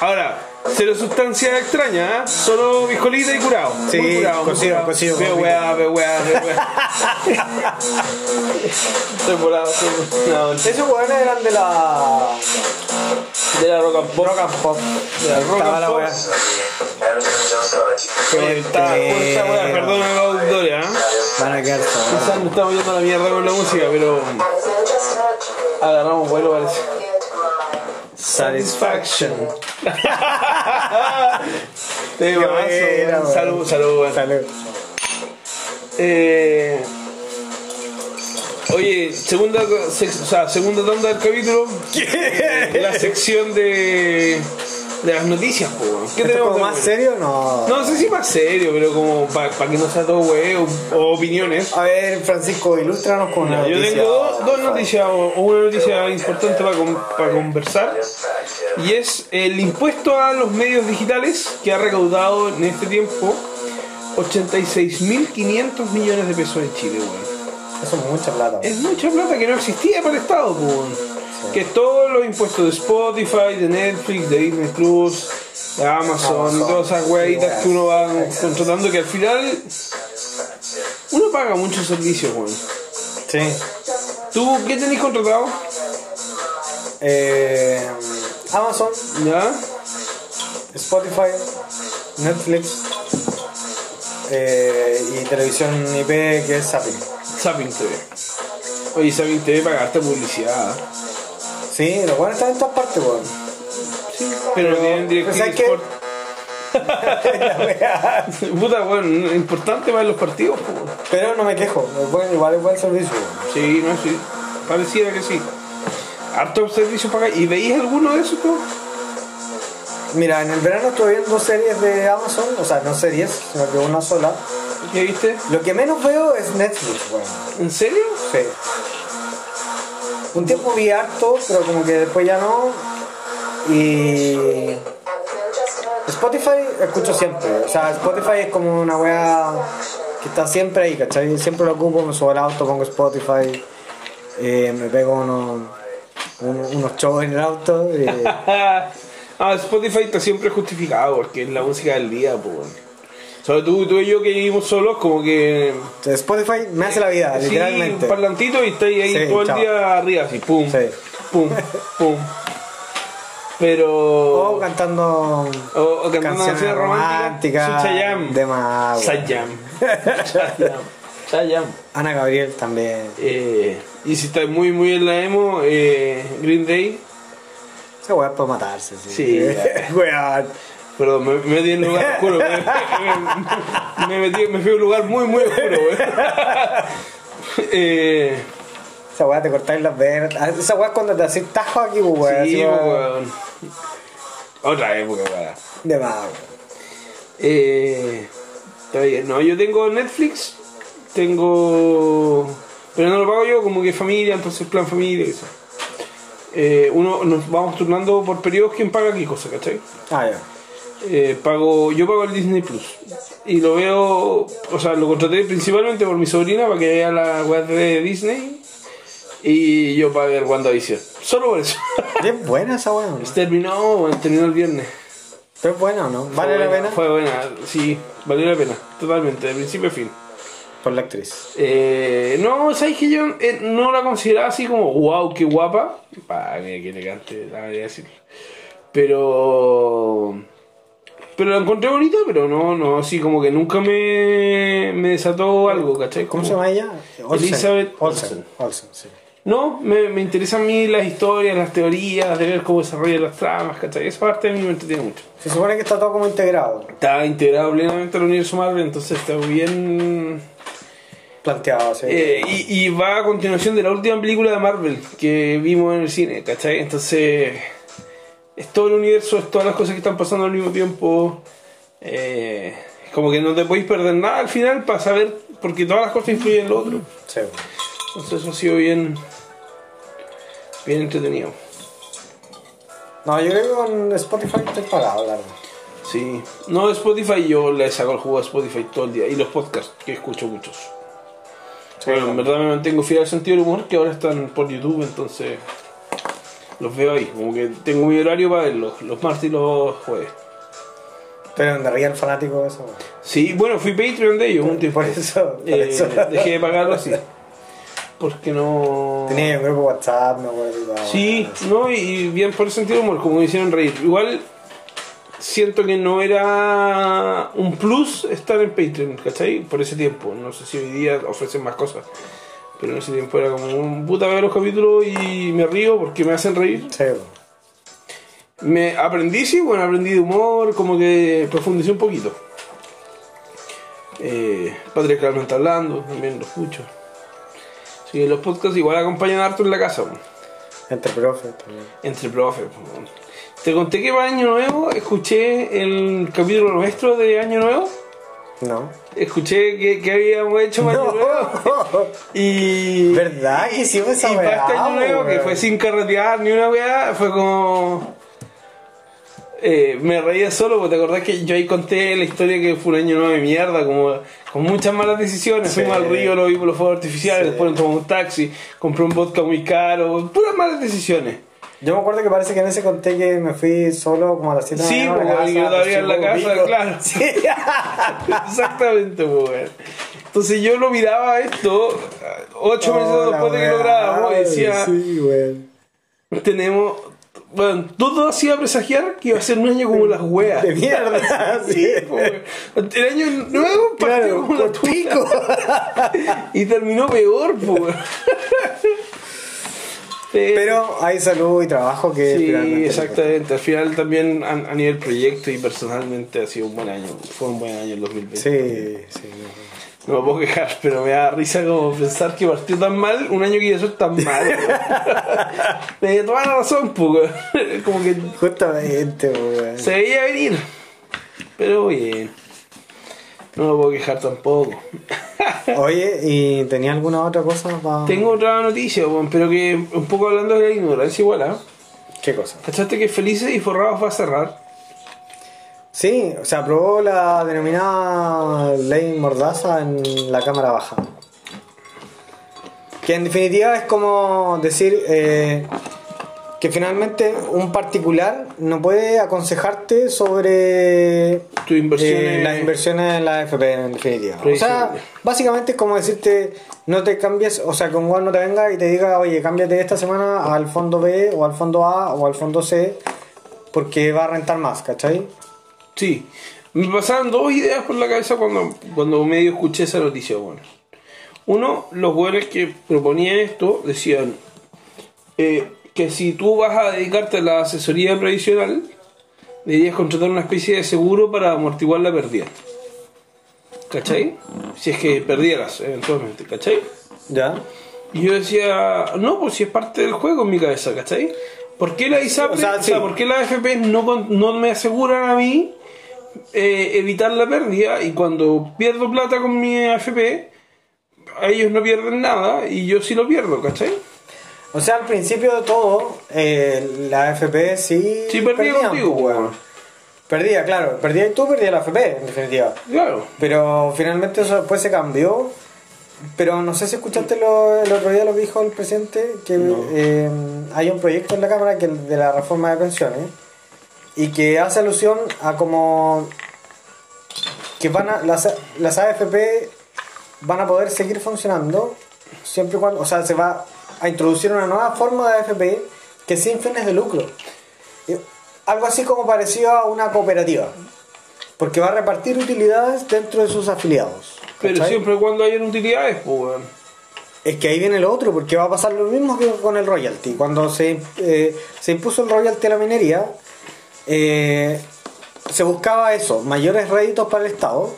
[SPEAKER 1] Ahora, cero sustancia extraña, ¿eh? Solo biscolita y curado.
[SPEAKER 2] Sí,
[SPEAKER 1] Muy curado, muy
[SPEAKER 2] cocido,
[SPEAKER 1] curado.
[SPEAKER 2] cocido,
[SPEAKER 1] Ve
[SPEAKER 2] muy
[SPEAKER 1] weá, ve weá, ve weá. Estoy volado, estoy volado. No, este
[SPEAKER 2] Esos weones eran de la.
[SPEAKER 1] De la rock and pop.
[SPEAKER 2] Rock and Pop.
[SPEAKER 1] De la rock
[SPEAKER 2] Estaba
[SPEAKER 1] and
[SPEAKER 2] la
[SPEAKER 1] pop.
[SPEAKER 2] weá.
[SPEAKER 1] Eh, Está puesta weá, perdona a los auditores, ¿ah?
[SPEAKER 2] Eh, Van a quedar solos.
[SPEAKER 1] Quizás nos estamos yendo a la mierda con la música, pero agarramos vuelo, parece. Satisfaction. Te
[SPEAKER 2] Qué buena,
[SPEAKER 1] paso,
[SPEAKER 2] weón.
[SPEAKER 1] salud, salud. weón.
[SPEAKER 2] Salud.
[SPEAKER 1] Eh, oye, segunda, sec- o sea, segunda tanda del capítulo. La sección de, de las noticias, po, weón. ¿Qué
[SPEAKER 2] ¿Esto es como
[SPEAKER 1] de
[SPEAKER 2] más
[SPEAKER 1] bueno?
[SPEAKER 2] serio? No.
[SPEAKER 1] No, no sé si más serio, pero como para que no sea todo huevo o opiniones.
[SPEAKER 2] A ver, Francisco, ilústranos con una
[SPEAKER 1] Yo
[SPEAKER 2] noticia.
[SPEAKER 1] tengo dos, dos noticias, o o una noticia importante para, con- para conversar, y es el impuesto a los medios digitales que ha recaudado en este tiempo 86.500 millones de pesos en Chile, weón.
[SPEAKER 2] Eso es mucha plata.
[SPEAKER 1] Es mucha plata que no existía para el Estado, po, weón. Que todos los impuestos de Spotify, de Netflix, de Disney Plus, de Amazon,
[SPEAKER 2] Amazon,
[SPEAKER 1] todas esas
[SPEAKER 2] sí,
[SPEAKER 1] huevitas que uno va
[SPEAKER 2] weón.
[SPEAKER 1] contratando, que al final uno paga muchos servicios, weón.
[SPEAKER 2] Sí.
[SPEAKER 1] ¿Tú qué tenés contratado?
[SPEAKER 2] Eh, Amazon,
[SPEAKER 1] ¿Ya?
[SPEAKER 2] Spotify, Netflix eh, y televisión IP que es Zapping.
[SPEAKER 1] Zapping TV. Oye, Zapping TV pagaste publicidad.
[SPEAKER 2] Sí, los buenos están en todas partes, weón.
[SPEAKER 1] Pero no tienen
[SPEAKER 2] pero
[SPEAKER 1] DirecTV
[SPEAKER 2] ¿sabes qué?
[SPEAKER 1] Sport.
[SPEAKER 2] La wea.
[SPEAKER 1] Puta, bueno, importante para los partidos, po.
[SPEAKER 2] Pero no me quejo, es buen- igual es buen servicio, weón.
[SPEAKER 1] Sí, no, sí. Pareciera que sí. Harto servicio para acá. ¿Y veis alguno de esos, po?
[SPEAKER 2] Mira, en el verano estuve viendo series de Amazon, o sea, no series, sino que una sola.
[SPEAKER 1] ¿Qué viste?
[SPEAKER 2] Lo que menos veo es Netflix, weón.
[SPEAKER 1] ¿En serio?
[SPEAKER 2] Sí. Un tiempo vi harto, pero como que después ya no. Y. Spotify escucho siempre. O sea, Spotify es como una wea que está siempre ahí, ¿cachai? Siempre lo ocupo, me subo al auto, pongo Spotify, eh, me pego unos, un- unos shows en el auto. eh.
[SPEAKER 1] ah, Spotify está siempre justificado porque es la música del día, po. Sobre todo tú y yo que vivimos solos, como que.
[SPEAKER 2] O sea, Spotify me hace la vida,
[SPEAKER 1] Sí, un
[SPEAKER 2] literalmente.
[SPEAKER 1] parlantito y estáis ahí
[SPEAKER 2] Sí,
[SPEAKER 1] todo el
[SPEAKER 2] chao.
[SPEAKER 1] día arriba, así, pum,
[SPEAKER 2] Sí.
[SPEAKER 1] pum, pum. Pero.
[SPEAKER 2] O cantando
[SPEAKER 1] o- o cantando canciones románticas. Chayam.
[SPEAKER 2] de más. güey.
[SPEAKER 1] Sayam. Sayam. Sayam.
[SPEAKER 2] Ana Gabriel también.
[SPEAKER 1] Eh, y si estás muy, muy en la emo, eh, Green Day.
[SPEAKER 2] Esa weá es para matarse, sí.
[SPEAKER 1] Sí, ya.
[SPEAKER 2] Weón.
[SPEAKER 1] Perdón, me, me metí en un lugar oscuro. Me, me- me metí, me fui a un lugar muy, muy oscuro, güey. Eh,
[SPEAKER 2] Esa weá te cortáis las venas. Ah, Esa weá es cuando te haces tajo aquí,
[SPEAKER 1] sí,
[SPEAKER 2] weón.
[SPEAKER 1] pues,
[SPEAKER 2] así, weón.
[SPEAKER 1] weón. Otra época, weón.
[SPEAKER 2] De más, weón.
[SPEAKER 1] Eh, está bien. No, yo tengo Netflix, tengo. Pero no lo pago yo, como que familia, entonces plan familia, qué sé yo. Eh, uno nos vamos turnando por periodos quién paga qué cosa, ¿cachai?
[SPEAKER 2] Ah, ya.
[SPEAKER 1] Eh, pago, yo pago el Disney Plus y lo veo, o sea, lo contraté principalmente por mi sobrina para que vea la web de Disney y yo pagué el WandaVision. Solo por eso.
[SPEAKER 2] Es buena esa weá, ¿no?
[SPEAKER 1] terminó, bueno, terminó el viernes.
[SPEAKER 2] Pero es buena, o ¿no? ¿Vale
[SPEAKER 1] Fue
[SPEAKER 2] la
[SPEAKER 1] buena,
[SPEAKER 2] pena?
[SPEAKER 1] Fue buena, sí, valió la pena, totalmente, de principio a fin.
[SPEAKER 2] Por la actriz.
[SPEAKER 1] Eh, no, sabes que yo eh, no la consideraba así como wow, qué guapa. Para mira qué elegante, la verdad decir. Pero. Pero la encontré bonita, pero no, no, así como que nunca me, me desató algo, ¿cachai?
[SPEAKER 2] ¿Cómo
[SPEAKER 1] Como-
[SPEAKER 2] se llama ella?
[SPEAKER 1] Elizabeth
[SPEAKER 2] Olsen. Olsen, sí.
[SPEAKER 1] No, me, me interesan a mí las historias, las teorías, de ver cómo desarrollan las tramas, ¿cachai? Esa parte a mí me entretiene mucho.
[SPEAKER 2] Se supone que está todo como integrado,
[SPEAKER 1] Está integrado plenamente al universo Marvel, entonces está bien
[SPEAKER 2] planteado, sí.
[SPEAKER 1] Eh, y, y va a continuación de la última película de Marvel que vimos en el cine, ¿cachai? Entonces, es todo el universo, es todas las cosas que están pasando al mismo tiempo. Eh, es como que no te podéis perder nada al final para saber, porque todas las cosas influyen en lo otro.
[SPEAKER 2] Sí.
[SPEAKER 1] Entonces, eso ha sido bien, bien entretenido.
[SPEAKER 2] No, yo creo que con Spotify estoy pagado, la verdad.
[SPEAKER 1] Sí, no Spotify, yo le saco el jugo a Spotify todo el día y los podcasts que escucho muchos. Bueno, en verdad me mantengo fiel al sentido del humor que ahora están por YouTube, entonces los veo ahí. Como que tengo mi horario para verlos, los martes y los jueves.
[SPEAKER 2] Pero en realidad el fanático de eso. güey.
[SPEAKER 1] Sí, bueno, fui Patreon de ellos un tiempo.
[SPEAKER 2] Por eso, por
[SPEAKER 1] Eh,
[SPEAKER 2] eso.
[SPEAKER 1] dejé de pagarlo así. Porque no.
[SPEAKER 2] Tenía un grupo WhatsApp, me acuerdo. y todo,
[SPEAKER 1] Sí,
[SPEAKER 2] güey.
[SPEAKER 1] no, y- y bien por el sentido del humor, como me hicieron reír. Igual siento que no era un plus estar en Patreon, ¿cachai? Por ese tiempo. No sé si hoy día ofrecen más cosas. Pero en ese tiempo era como un puta veo los capítulos y me río porque me hacen reír.
[SPEAKER 2] Sí, güey.
[SPEAKER 1] Me aprendí, sí, bueno, aprendí de humor, como que profundicé un poquito. Eh, patriarcalmente hablando, también lo escucho. Sí, los podcasts igual acompañan harto en la casa. pues
[SPEAKER 2] entre profes también.
[SPEAKER 1] entre profe. po, weón. Te conté que para Año Nuevo escuché el capítulo nuestro de Año Nuevo.
[SPEAKER 2] No.
[SPEAKER 1] Escuché que, que habíamos hecho para Año Nuevo. Y.
[SPEAKER 2] ¿Verdad que hicimos
[SPEAKER 1] Y
[SPEAKER 2] esa
[SPEAKER 1] para este
[SPEAKER 2] weá,
[SPEAKER 1] Año Nuevo, que
[SPEAKER 2] weón?
[SPEAKER 1] fue sin carretear ni una weá, fue como. eh, me reía solo, porque te acordás que yo ahí conté la historia que fue un año nuevo de mierda, como con muchas malas decisiones.
[SPEAKER 2] Sí.
[SPEAKER 1] Fuimos al río, lo vi por los fuegos artificiales,
[SPEAKER 2] Sí.
[SPEAKER 1] después nos tomamos un taxi, compré un vodka muy caro, puras malas decisiones.
[SPEAKER 2] Yo me acuerdo que parece que en ese conté que me fui solo como a las 7 de
[SPEAKER 1] Sí,
[SPEAKER 2] la mañana. a la
[SPEAKER 1] porque
[SPEAKER 2] casa,
[SPEAKER 1] yo todavía en la
[SPEAKER 2] pues,
[SPEAKER 1] casa,
[SPEAKER 2] pico.
[SPEAKER 1] claro.
[SPEAKER 2] Sí.
[SPEAKER 1] Exactamente, pues, weón. Entonces yo lo miraba esto ocho meses
[SPEAKER 2] Oh, la
[SPEAKER 1] después de que
[SPEAKER 2] weá,
[SPEAKER 1] lo grabamos y decía,
[SPEAKER 2] Sí, güey.
[SPEAKER 1] tenemos... Bueno, todo hacía presagiar que iba a ser un año como las weas.
[SPEAKER 2] De mierda.
[SPEAKER 1] Sí, pues, weón. El año nuevo partió
[SPEAKER 2] Claro,
[SPEAKER 1] como la
[SPEAKER 2] por
[SPEAKER 1] tuya.
[SPEAKER 2] pico.
[SPEAKER 1] Y terminó peor, pues. weón. Eh,
[SPEAKER 2] Pero hay salud y trabajo que
[SPEAKER 1] Sí,
[SPEAKER 2] finalmente-
[SPEAKER 1] exactamente. Al final también a, a nivel proyecto y personalmente ha sido un buen año. Fue un buen año el 2020.
[SPEAKER 2] Sí, sí.
[SPEAKER 1] No me puedo quejar, pero me da risa como pensar que partió tan mal un año que ya es tan mal. De toda la razón, pues. weón. Como que
[SPEAKER 2] Justamente, güey.
[SPEAKER 1] se veía venir. Pero bien. No me puedo quejar tampoco.
[SPEAKER 2] Oye, ¿y tenía alguna otra cosa para.?
[SPEAKER 1] Tengo otra noticia, weón, pero que un poco hablando de la ignorancia igual, ¿ah?
[SPEAKER 2] ¿Qué cosa?
[SPEAKER 1] ¿Cachaste que Felices y Forrados va a cerrar?
[SPEAKER 2] Sí, se aprobó la denominada ley Mordaza en la Cámara Baja. Que en definitiva es como decir eh, que finalmente un particular no puede aconsejarte sobre
[SPEAKER 1] Tu inversión
[SPEAKER 2] eh,
[SPEAKER 1] en-
[SPEAKER 2] las inversiones en la AFP en definitiva. O
[SPEAKER 1] Previsible.
[SPEAKER 2] sea, básicamente es como decirte no te cambies, o sea, que un weón no te venga y te diga, oye, cámbiate esta semana al fondo B o al fondo A o al fondo C porque va a rentar más, ¿cachai?
[SPEAKER 1] Sí. Me pasaron dos ideas por la cabeza cuando, cuando medio escuché esa noticia, bueno. Uno, los güeyes que proponían esto decían eh, que si tú vas a dedicarte a la asesoría previsional, deberías contratar una especie de seguro para amortiguar la pérdida. ¿Cachai? Si es que perdieras eventualmente, ¿cachai?
[SPEAKER 2] ¿Ya?
[SPEAKER 1] Y yo decía, no, pues si es parte del juego en mi cabeza, ¿cachai? ¿Por qué la ISAPRE,
[SPEAKER 2] O sea,
[SPEAKER 1] o sea,
[SPEAKER 2] sí.
[SPEAKER 1] por qué la AFP no, con- no me aseguran a mí eh, evitar la pérdida? Y cuando pierdo plata con mi AFP, a ellos no pierden nada y yo sí lo pierdo, ¿cachai?
[SPEAKER 2] O sea, al principio de todo, eh, la AFP sí...
[SPEAKER 1] Sí perdí
[SPEAKER 2] perdían,
[SPEAKER 1] contigo,
[SPEAKER 2] pues,
[SPEAKER 1] weón.
[SPEAKER 2] Perdía, claro. Perdía y tú, perdía la AFP, en definitiva.
[SPEAKER 1] Claro.
[SPEAKER 2] Pero finalmente eso después se cambió. Pero no sé si escuchaste lo, el otro día lo que dijo el presidente, que eh, hay un proyecto en la Cámara que de la reforma de pensiones y que hace alusión a como que van a, las, las AFP van a poder seguir funcionando siempre y cuando, o sea, se va a introducir una nueva forma de AFP que sin fines de lucro. Eh, Algo así como parecido a una cooperativa. Porque va a repartir utilidades dentro de sus afiliados.
[SPEAKER 1] Pero
[SPEAKER 2] ¿cachai?
[SPEAKER 1] siempre y cuando hayan utilidades, pues, weón.
[SPEAKER 2] Es que ahí viene lo otro, porque va a pasar lo mismo que con el royalty. Cuando se, eh, se impuso el royalty a la minería, eh, se buscaba eso, mayores réditos para el Estado.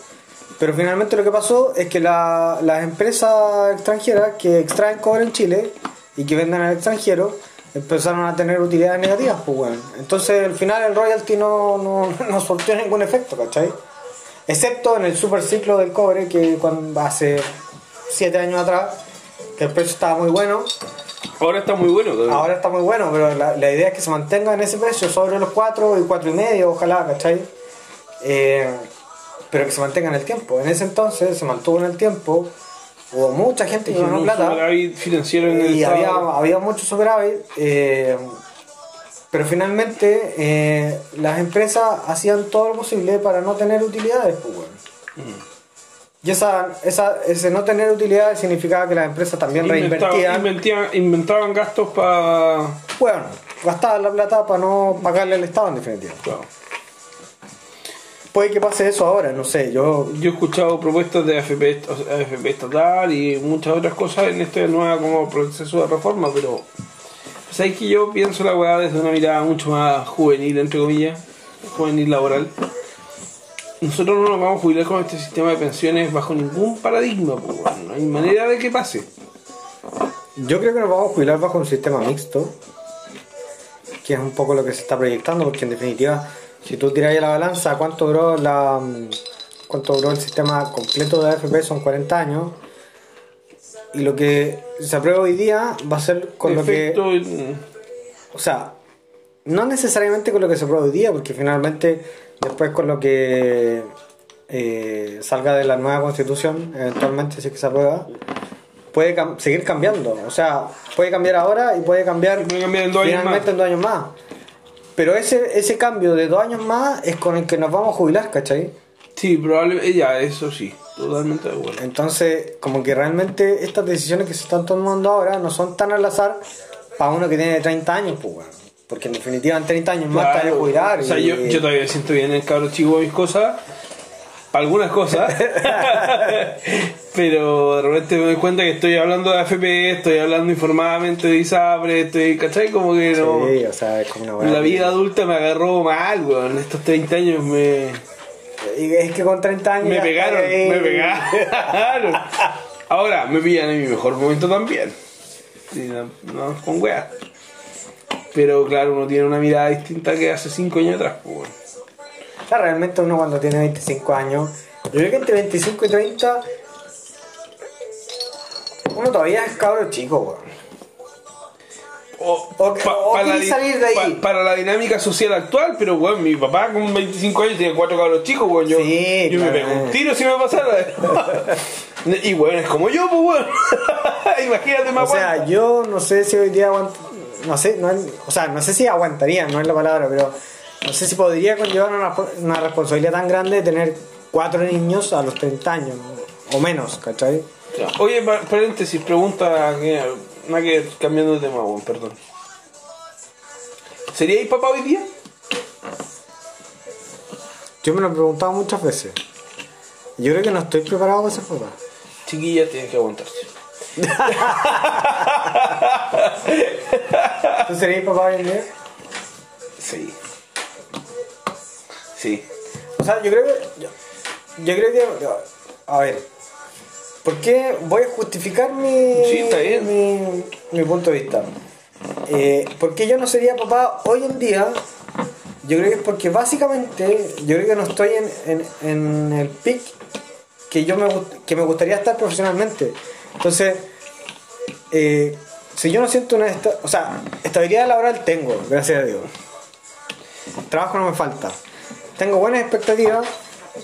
[SPEAKER 2] Pero finalmente lo que pasó es que la- las empresas extranjeras que extraen cobre en Chile y que venden al extranjero empezaron a tener utilidades negativas. Pues bueno. Entonces al final el royalty no, no, no surtió ningún efecto, ¿cachai? Excepto en el super ciclo del cobre que cuando, hace 7 años atrás, que el precio estaba muy bueno,
[SPEAKER 1] Ahora está muy bueno, cabrón.
[SPEAKER 2] ahora está muy bueno, pero la, la idea es que se mantenga en ese precio, sobre los 4 y 4 y medio, ojalá, ¿cachai? Eh, pero que se mantenga en el tiempo. En ese entonces se mantuvo en el tiempo, hubo mucha gente que
[SPEAKER 1] Tiene
[SPEAKER 2] ganó
[SPEAKER 1] un
[SPEAKER 2] plata
[SPEAKER 1] superávit financiero en el
[SPEAKER 2] y había,
[SPEAKER 1] Estado.
[SPEAKER 2] había mucho superávit, eh, pero finalmente eh, las empresas hacían todo lo posible para no tener utilidades, pues, weón. Y esa, esa, ese no tener utilidades significaba que las empresas también
[SPEAKER 1] Inventaban,
[SPEAKER 2] reinvertían.
[SPEAKER 1] inventaban- inventaban gastos para...
[SPEAKER 2] Bueno, gastaban la plata para no pagarle al Estado en definitiva. Puede que pase eso ahora, no sé, yo...
[SPEAKER 1] Yo he escuchado propuestas de AFP, est- o sea, AFP estatal y muchas otras cosas en este nuevo como proceso de reforma, pero sabéis que yo pienso la weá desde una mirada mucho más juvenil, entre comillas, juvenil laboral. Nosotros no nos vamos a jubilar con este sistema de pensiones bajo ningún paradigma, pues, weón. no hay manera de que pase.
[SPEAKER 2] Yo creo que nos vamos a jubilar bajo un sistema mixto, que es un poco lo que se está proyectando, porque en definitiva, si tú tiras ahí la balanza, ¿cuánto duró, la, cuánto duró el sistema completo de AFP? Son 40 años. Y lo que se aprueba hoy día va a ser con lo
[SPEAKER 1] Efecto, eh,
[SPEAKER 2] que... O sea, no necesariamente con lo que se aprueba hoy día, porque finalmente después con lo que eh, salga de la nueva constitución, eventualmente si es que se aprueba, puede cam- seguir cambiando. O sea, puede cambiar ahora y puede cambiar,
[SPEAKER 1] Puede cambiar en dos años
[SPEAKER 2] finalmente
[SPEAKER 1] más.
[SPEAKER 2] en dos años más. Pero ese, ese cambio de dos años más es con el que nos vamos a jubilar, ¿cachai?
[SPEAKER 1] sí, probablemente, ya, eso sí, totalmente de acuerdo.
[SPEAKER 2] Entonces, como que realmente estas decisiones que se están tomando ahora no son tan al azar para uno que tiene 30 años, pues, weón. Porque en definitiva en 30 años más te vas a
[SPEAKER 1] Claro,
[SPEAKER 2] jubilar.
[SPEAKER 1] O sea,
[SPEAKER 2] y-
[SPEAKER 1] yo, yo todavía me siento bien en el cabro chivo de mis cosas. pa' Algunas cosas. Pero de repente me doy cuenta que estoy hablando de AFP, estoy hablando informadamente de ISAPRE, estoy, ¿cachai? Como que no.
[SPEAKER 2] Sí, o sea, es como una buena
[SPEAKER 1] la vida adulta me agarró mal, weón. Estos 30 años me.
[SPEAKER 2] Y es que con 30 años.
[SPEAKER 1] Me
[SPEAKER 2] ya
[SPEAKER 1] pegaron,
[SPEAKER 2] está ahí.
[SPEAKER 1] me pegaron. Ahora, me pillan en mi mejor momento también. Sí, no, no, con weas. Pero claro, uno tiene una mirada distinta que hace 5 años atrás, pues, weón.
[SPEAKER 2] O sea, realmente uno cuando tiene 25 años. Yo creo que entre 25 y 30. Uno todavía es cabro chico, weón.
[SPEAKER 1] O,
[SPEAKER 2] O- o
[SPEAKER 1] la
[SPEAKER 2] querés
[SPEAKER 1] di-
[SPEAKER 2] salir de ahí.
[SPEAKER 1] pa- para la dinámica social actual, pero weón, mi papá con 25 años tiene cuatro cabros chicos, weón. Yo,
[SPEAKER 2] Sí,
[SPEAKER 1] yo me
[SPEAKER 2] claro.
[SPEAKER 1] pego un tiro si me pasara. y weón, es como yo, pues weón. Imagínate, más
[SPEAKER 2] O sea, yo no sé si hoy día aguanto- no sé, no es- o sea, no sé si aguantaría, no es la palabra, pero no sé si podría conllevar una, una responsabilidad tan grande de tener cuatro niños a los 30 años o menos, ¿cachai?
[SPEAKER 1] Oye, pa- paréntesis, pregunta que. nada que ver, cambiando de tema, weón, perdón. ¿Seríais papá hoy día?
[SPEAKER 2] Yo me lo he preguntado muchas veces. Yo creo que no estoy preparado para ser papá.
[SPEAKER 1] Chiquilla, tienes que aguantarse.
[SPEAKER 2] ¿Tú serías papá hoy en día?
[SPEAKER 1] Sí. Sí.
[SPEAKER 2] O sea, yo creo que. Yo, yo creo que. A ver. ¿Por qué voy a justificar mi.
[SPEAKER 1] Sí, está bien.
[SPEAKER 2] Mi, mi punto de vista. Eh, ¿Por qué yo no sería papá hoy en día? Yo creo que es porque básicamente. Yo creo que no estoy en, en, en el pic que yo me, gust- que me gustaría estar profesionalmente. Entonces. eh, si yo no siento una. esta- o sea, estabilidad laboral tengo, gracias a Dios trabajo no me falta. Tengo buenas expectativas,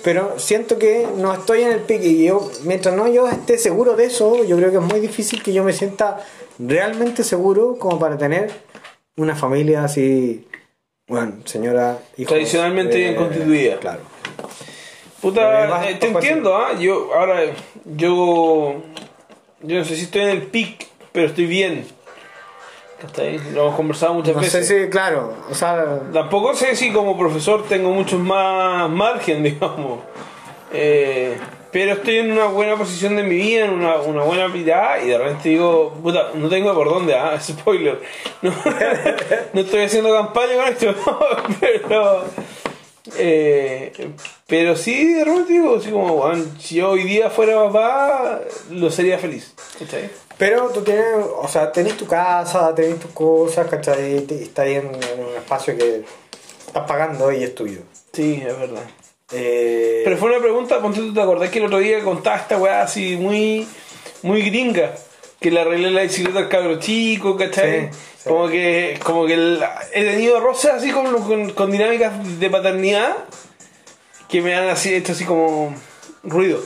[SPEAKER 2] pero siento que no estoy en el pique. Y yo, mientras no yo esté seguro de eso, yo creo que es muy difícil que yo me sienta realmente seguro como para tener una familia así, bueno, señora, hijos, eh,
[SPEAKER 1] Tradicionalmente bien constituida.
[SPEAKER 2] Claro. Pero es
[SPEAKER 1] Puta,
[SPEAKER 2] más-
[SPEAKER 1] eh, te
[SPEAKER 2] más fácil.
[SPEAKER 1] entiendo, ¿ah? Yo, ahora, yo. Yo no sé si estoy en el pic, pero estoy bien. Hasta ahí, lo hemos conversado muchas
[SPEAKER 2] No sé
[SPEAKER 1] veces.
[SPEAKER 2] si, claro, o sea,
[SPEAKER 1] Tampoco sé si como profesor tengo mucho más margen, digamos. Eh, pero estoy en una buena posición de mi vida, en una, una buena pirada, y de repente digo, puta, no tengo por dónde, ah, spoiler. No, no estoy haciendo campaña con esto, pero. eh, pero sí, de repente digo, así como, "Weón, si yo hoy día fuera papá, lo sería feliz. ¿Cachai?
[SPEAKER 2] Pero tú tienes, o sea, tenés tu casa, tenés tus cosas, ¿cachai? Te- Estás ahí en, en un espacio que estás pagando y es tuyo.
[SPEAKER 1] Sí, es verdad.
[SPEAKER 2] Eh,
[SPEAKER 1] Pero fue una pregunta, ponte tú, ¿te acordás que el otro día contabas esta weá así muy, muy gringa? Que le arreglé la bicicleta al cabro chico, ¿cachai?
[SPEAKER 2] Sí, sí.
[SPEAKER 1] Como que, como que el- he tenido roces así con, con, con dinámicas de paternidad que me han así, hecho así como ruido.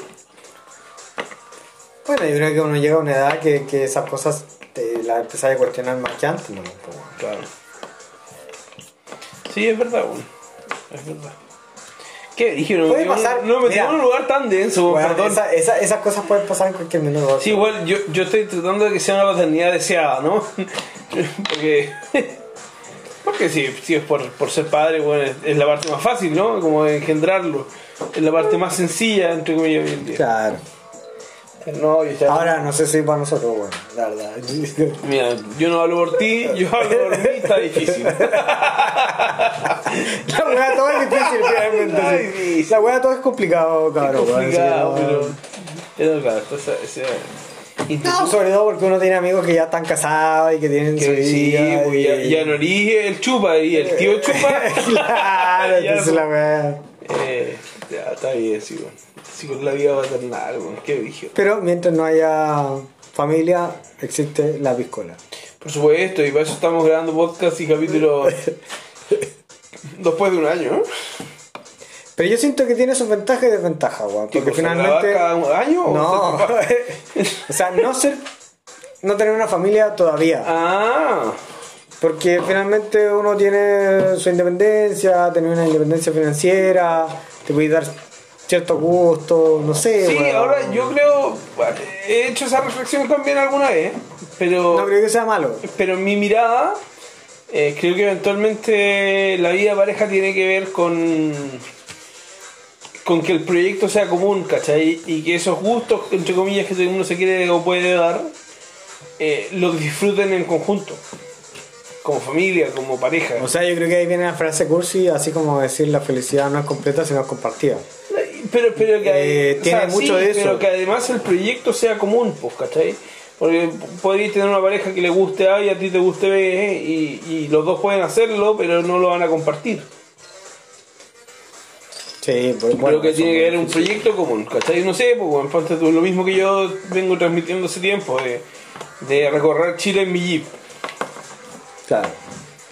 [SPEAKER 2] Bueno, yo creo que uno llega a una edad que, que esas cosas te las empezás a cuestionar más que antes, ¿no? Como-
[SPEAKER 1] Claro. Sí, es verdad, weón. Es verdad. ¿Qué dije? No, me
[SPEAKER 2] Puede
[SPEAKER 1] metió en-
[SPEAKER 2] pasar,
[SPEAKER 1] no me metió
[SPEAKER 2] mira.
[SPEAKER 1] en un lugar tan denso, weón,
[SPEAKER 2] Bueno,
[SPEAKER 1] perdón.
[SPEAKER 2] esa- esa- esas cosas pueden pasar en cualquier minuto.
[SPEAKER 1] Sí, igual yo, yo estoy tratando de que sea una paternidad deseada, ¿no? Porque. Porque si, si es por, por ser padre, bueno, es, es la parte más fácil, ¿no? Como de engendrarlo. Es la parte más sencilla, entre comillas, hoy en día.
[SPEAKER 2] Claro.
[SPEAKER 1] No, yo ya-
[SPEAKER 2] Ahora no sé si para nosotros, bueno, la verdad.
[SPEAKER 1] Mira, yo no hablo por ti, yo hablo por mí, está difícil.
[SPEAKER 2] La wea todo es difícil
[SPEAKER 1] Ay,
[SPEAKER 2] realmente. sí.
[SPEAKER 1] difícil.
[SPEAKER 2] La wea todo es complicado, cabrón. weón, así que
[SPEAKER 1] Complicado,
[SPEAKER 2] no-
[SPEAKER 1] pero. Pero claro, entonces. ese-
[SPEAKER 2] No, sobre todo porque uno tiene amigos que ya están casados y que tienen su
[SPEAKER 1] Que sí,
[SPEAKER 2] vida.
[SPEAKER 1] pues,
[SPEAKER 2] y-
[SPEAKER 1] ya, ya no elige el chupa y el tío chupa.
[SPEAKER 2] claro,
[SPEAKER 1] Ya
[SPEAKER 2] entonces
[SPEAKER 1] no-
[SPEAKER 2] la wea.
[SPEAKER 1] Eh, ya, está bien, sí, weón. Sí, con la vida paternal, weón, qué vigio.
[SPEAKER 2] Pero mientras no haya familia, existe la piscola.
[SPEAKER 1] Por supuesto, y para eso estamos grabando podcast y capítulos después de un año, ¿no?
[SPEAKER 2] Pero yo siento que tiene sus ventajas y desventajas, weón.
[SPEAKER 1] ¿Qué
[SPEAKER 2] Porque
[SPEAKER 1] cosa, grabar
[SPEAKER 2] finalmente.
[SPEAKER 1] cada un año o
[SPEAKER 2] No. o sea, no ser. No tener una familia todavía.
[SPEAKER 1] Ah,
[SPEAKER 2] Porque finalmente uno tiene su independencia, tener una independencia financiera, te puedes dar cierto gusto, no sé.
[SPEAKER 1] sí,
[SPEAKER 2] weón.
[SPEAKER 1] ahora yo creo, he hecho esa reflexión también alguna vez, pero...
[SPEAKER 2] No creo que sea malo.
[SPEAKER 1] pero mi mirada, eh, creo que eventualmente la vida de pareja tiene que ver con, con que el proyecto sea común, ¿cachai? Y que esos gustos, entre comillas, que todo el mundo se quiere o puede dar, eh, los disfruten en conjunto. Como familia, como pareja.
[SPEAKER 2] O sea, yo creo que ahí viene la frase cursi, así como decir la felicidad no es completa, sino es compartida.
[SPEAKER 1] Pero, pero que
[SPEAKER 2] Eh,
[SPEAKER 1] o
[SPEAKER 2] tiene mucho de eso.
[SPEAKER 1] Pero que además el proyecto sea común, pues, ¿cachai? Porque podrías tener una pareja que le guste A y a ti te guste B, ¿eh? y, y los dos pueden hacerlo, pero no lo van a compartir.
[SPEAKER 2] Sí, pues,
[SPEAKER 1] Creo
[SPEAKER 2] bueno,
[SPEAKER 1] que
[SPEAKER 2] eso
[SPEAKER 1] tiene
[SPEAKER 2] es
[SPEAKER 1] que
[SPEAKER 2] muy
[SPEAKER 1] haber un
[SPEAKER 2] difícil.
[SPEAKER 1] proyecto común, ¿cachai? No sé, pues, bueno, ponte tú, lo mismo que yo vengo transmitiendo hace tiempo, de, de recorrer Chile en mi jeep.
[SPEAKER 2] Claro.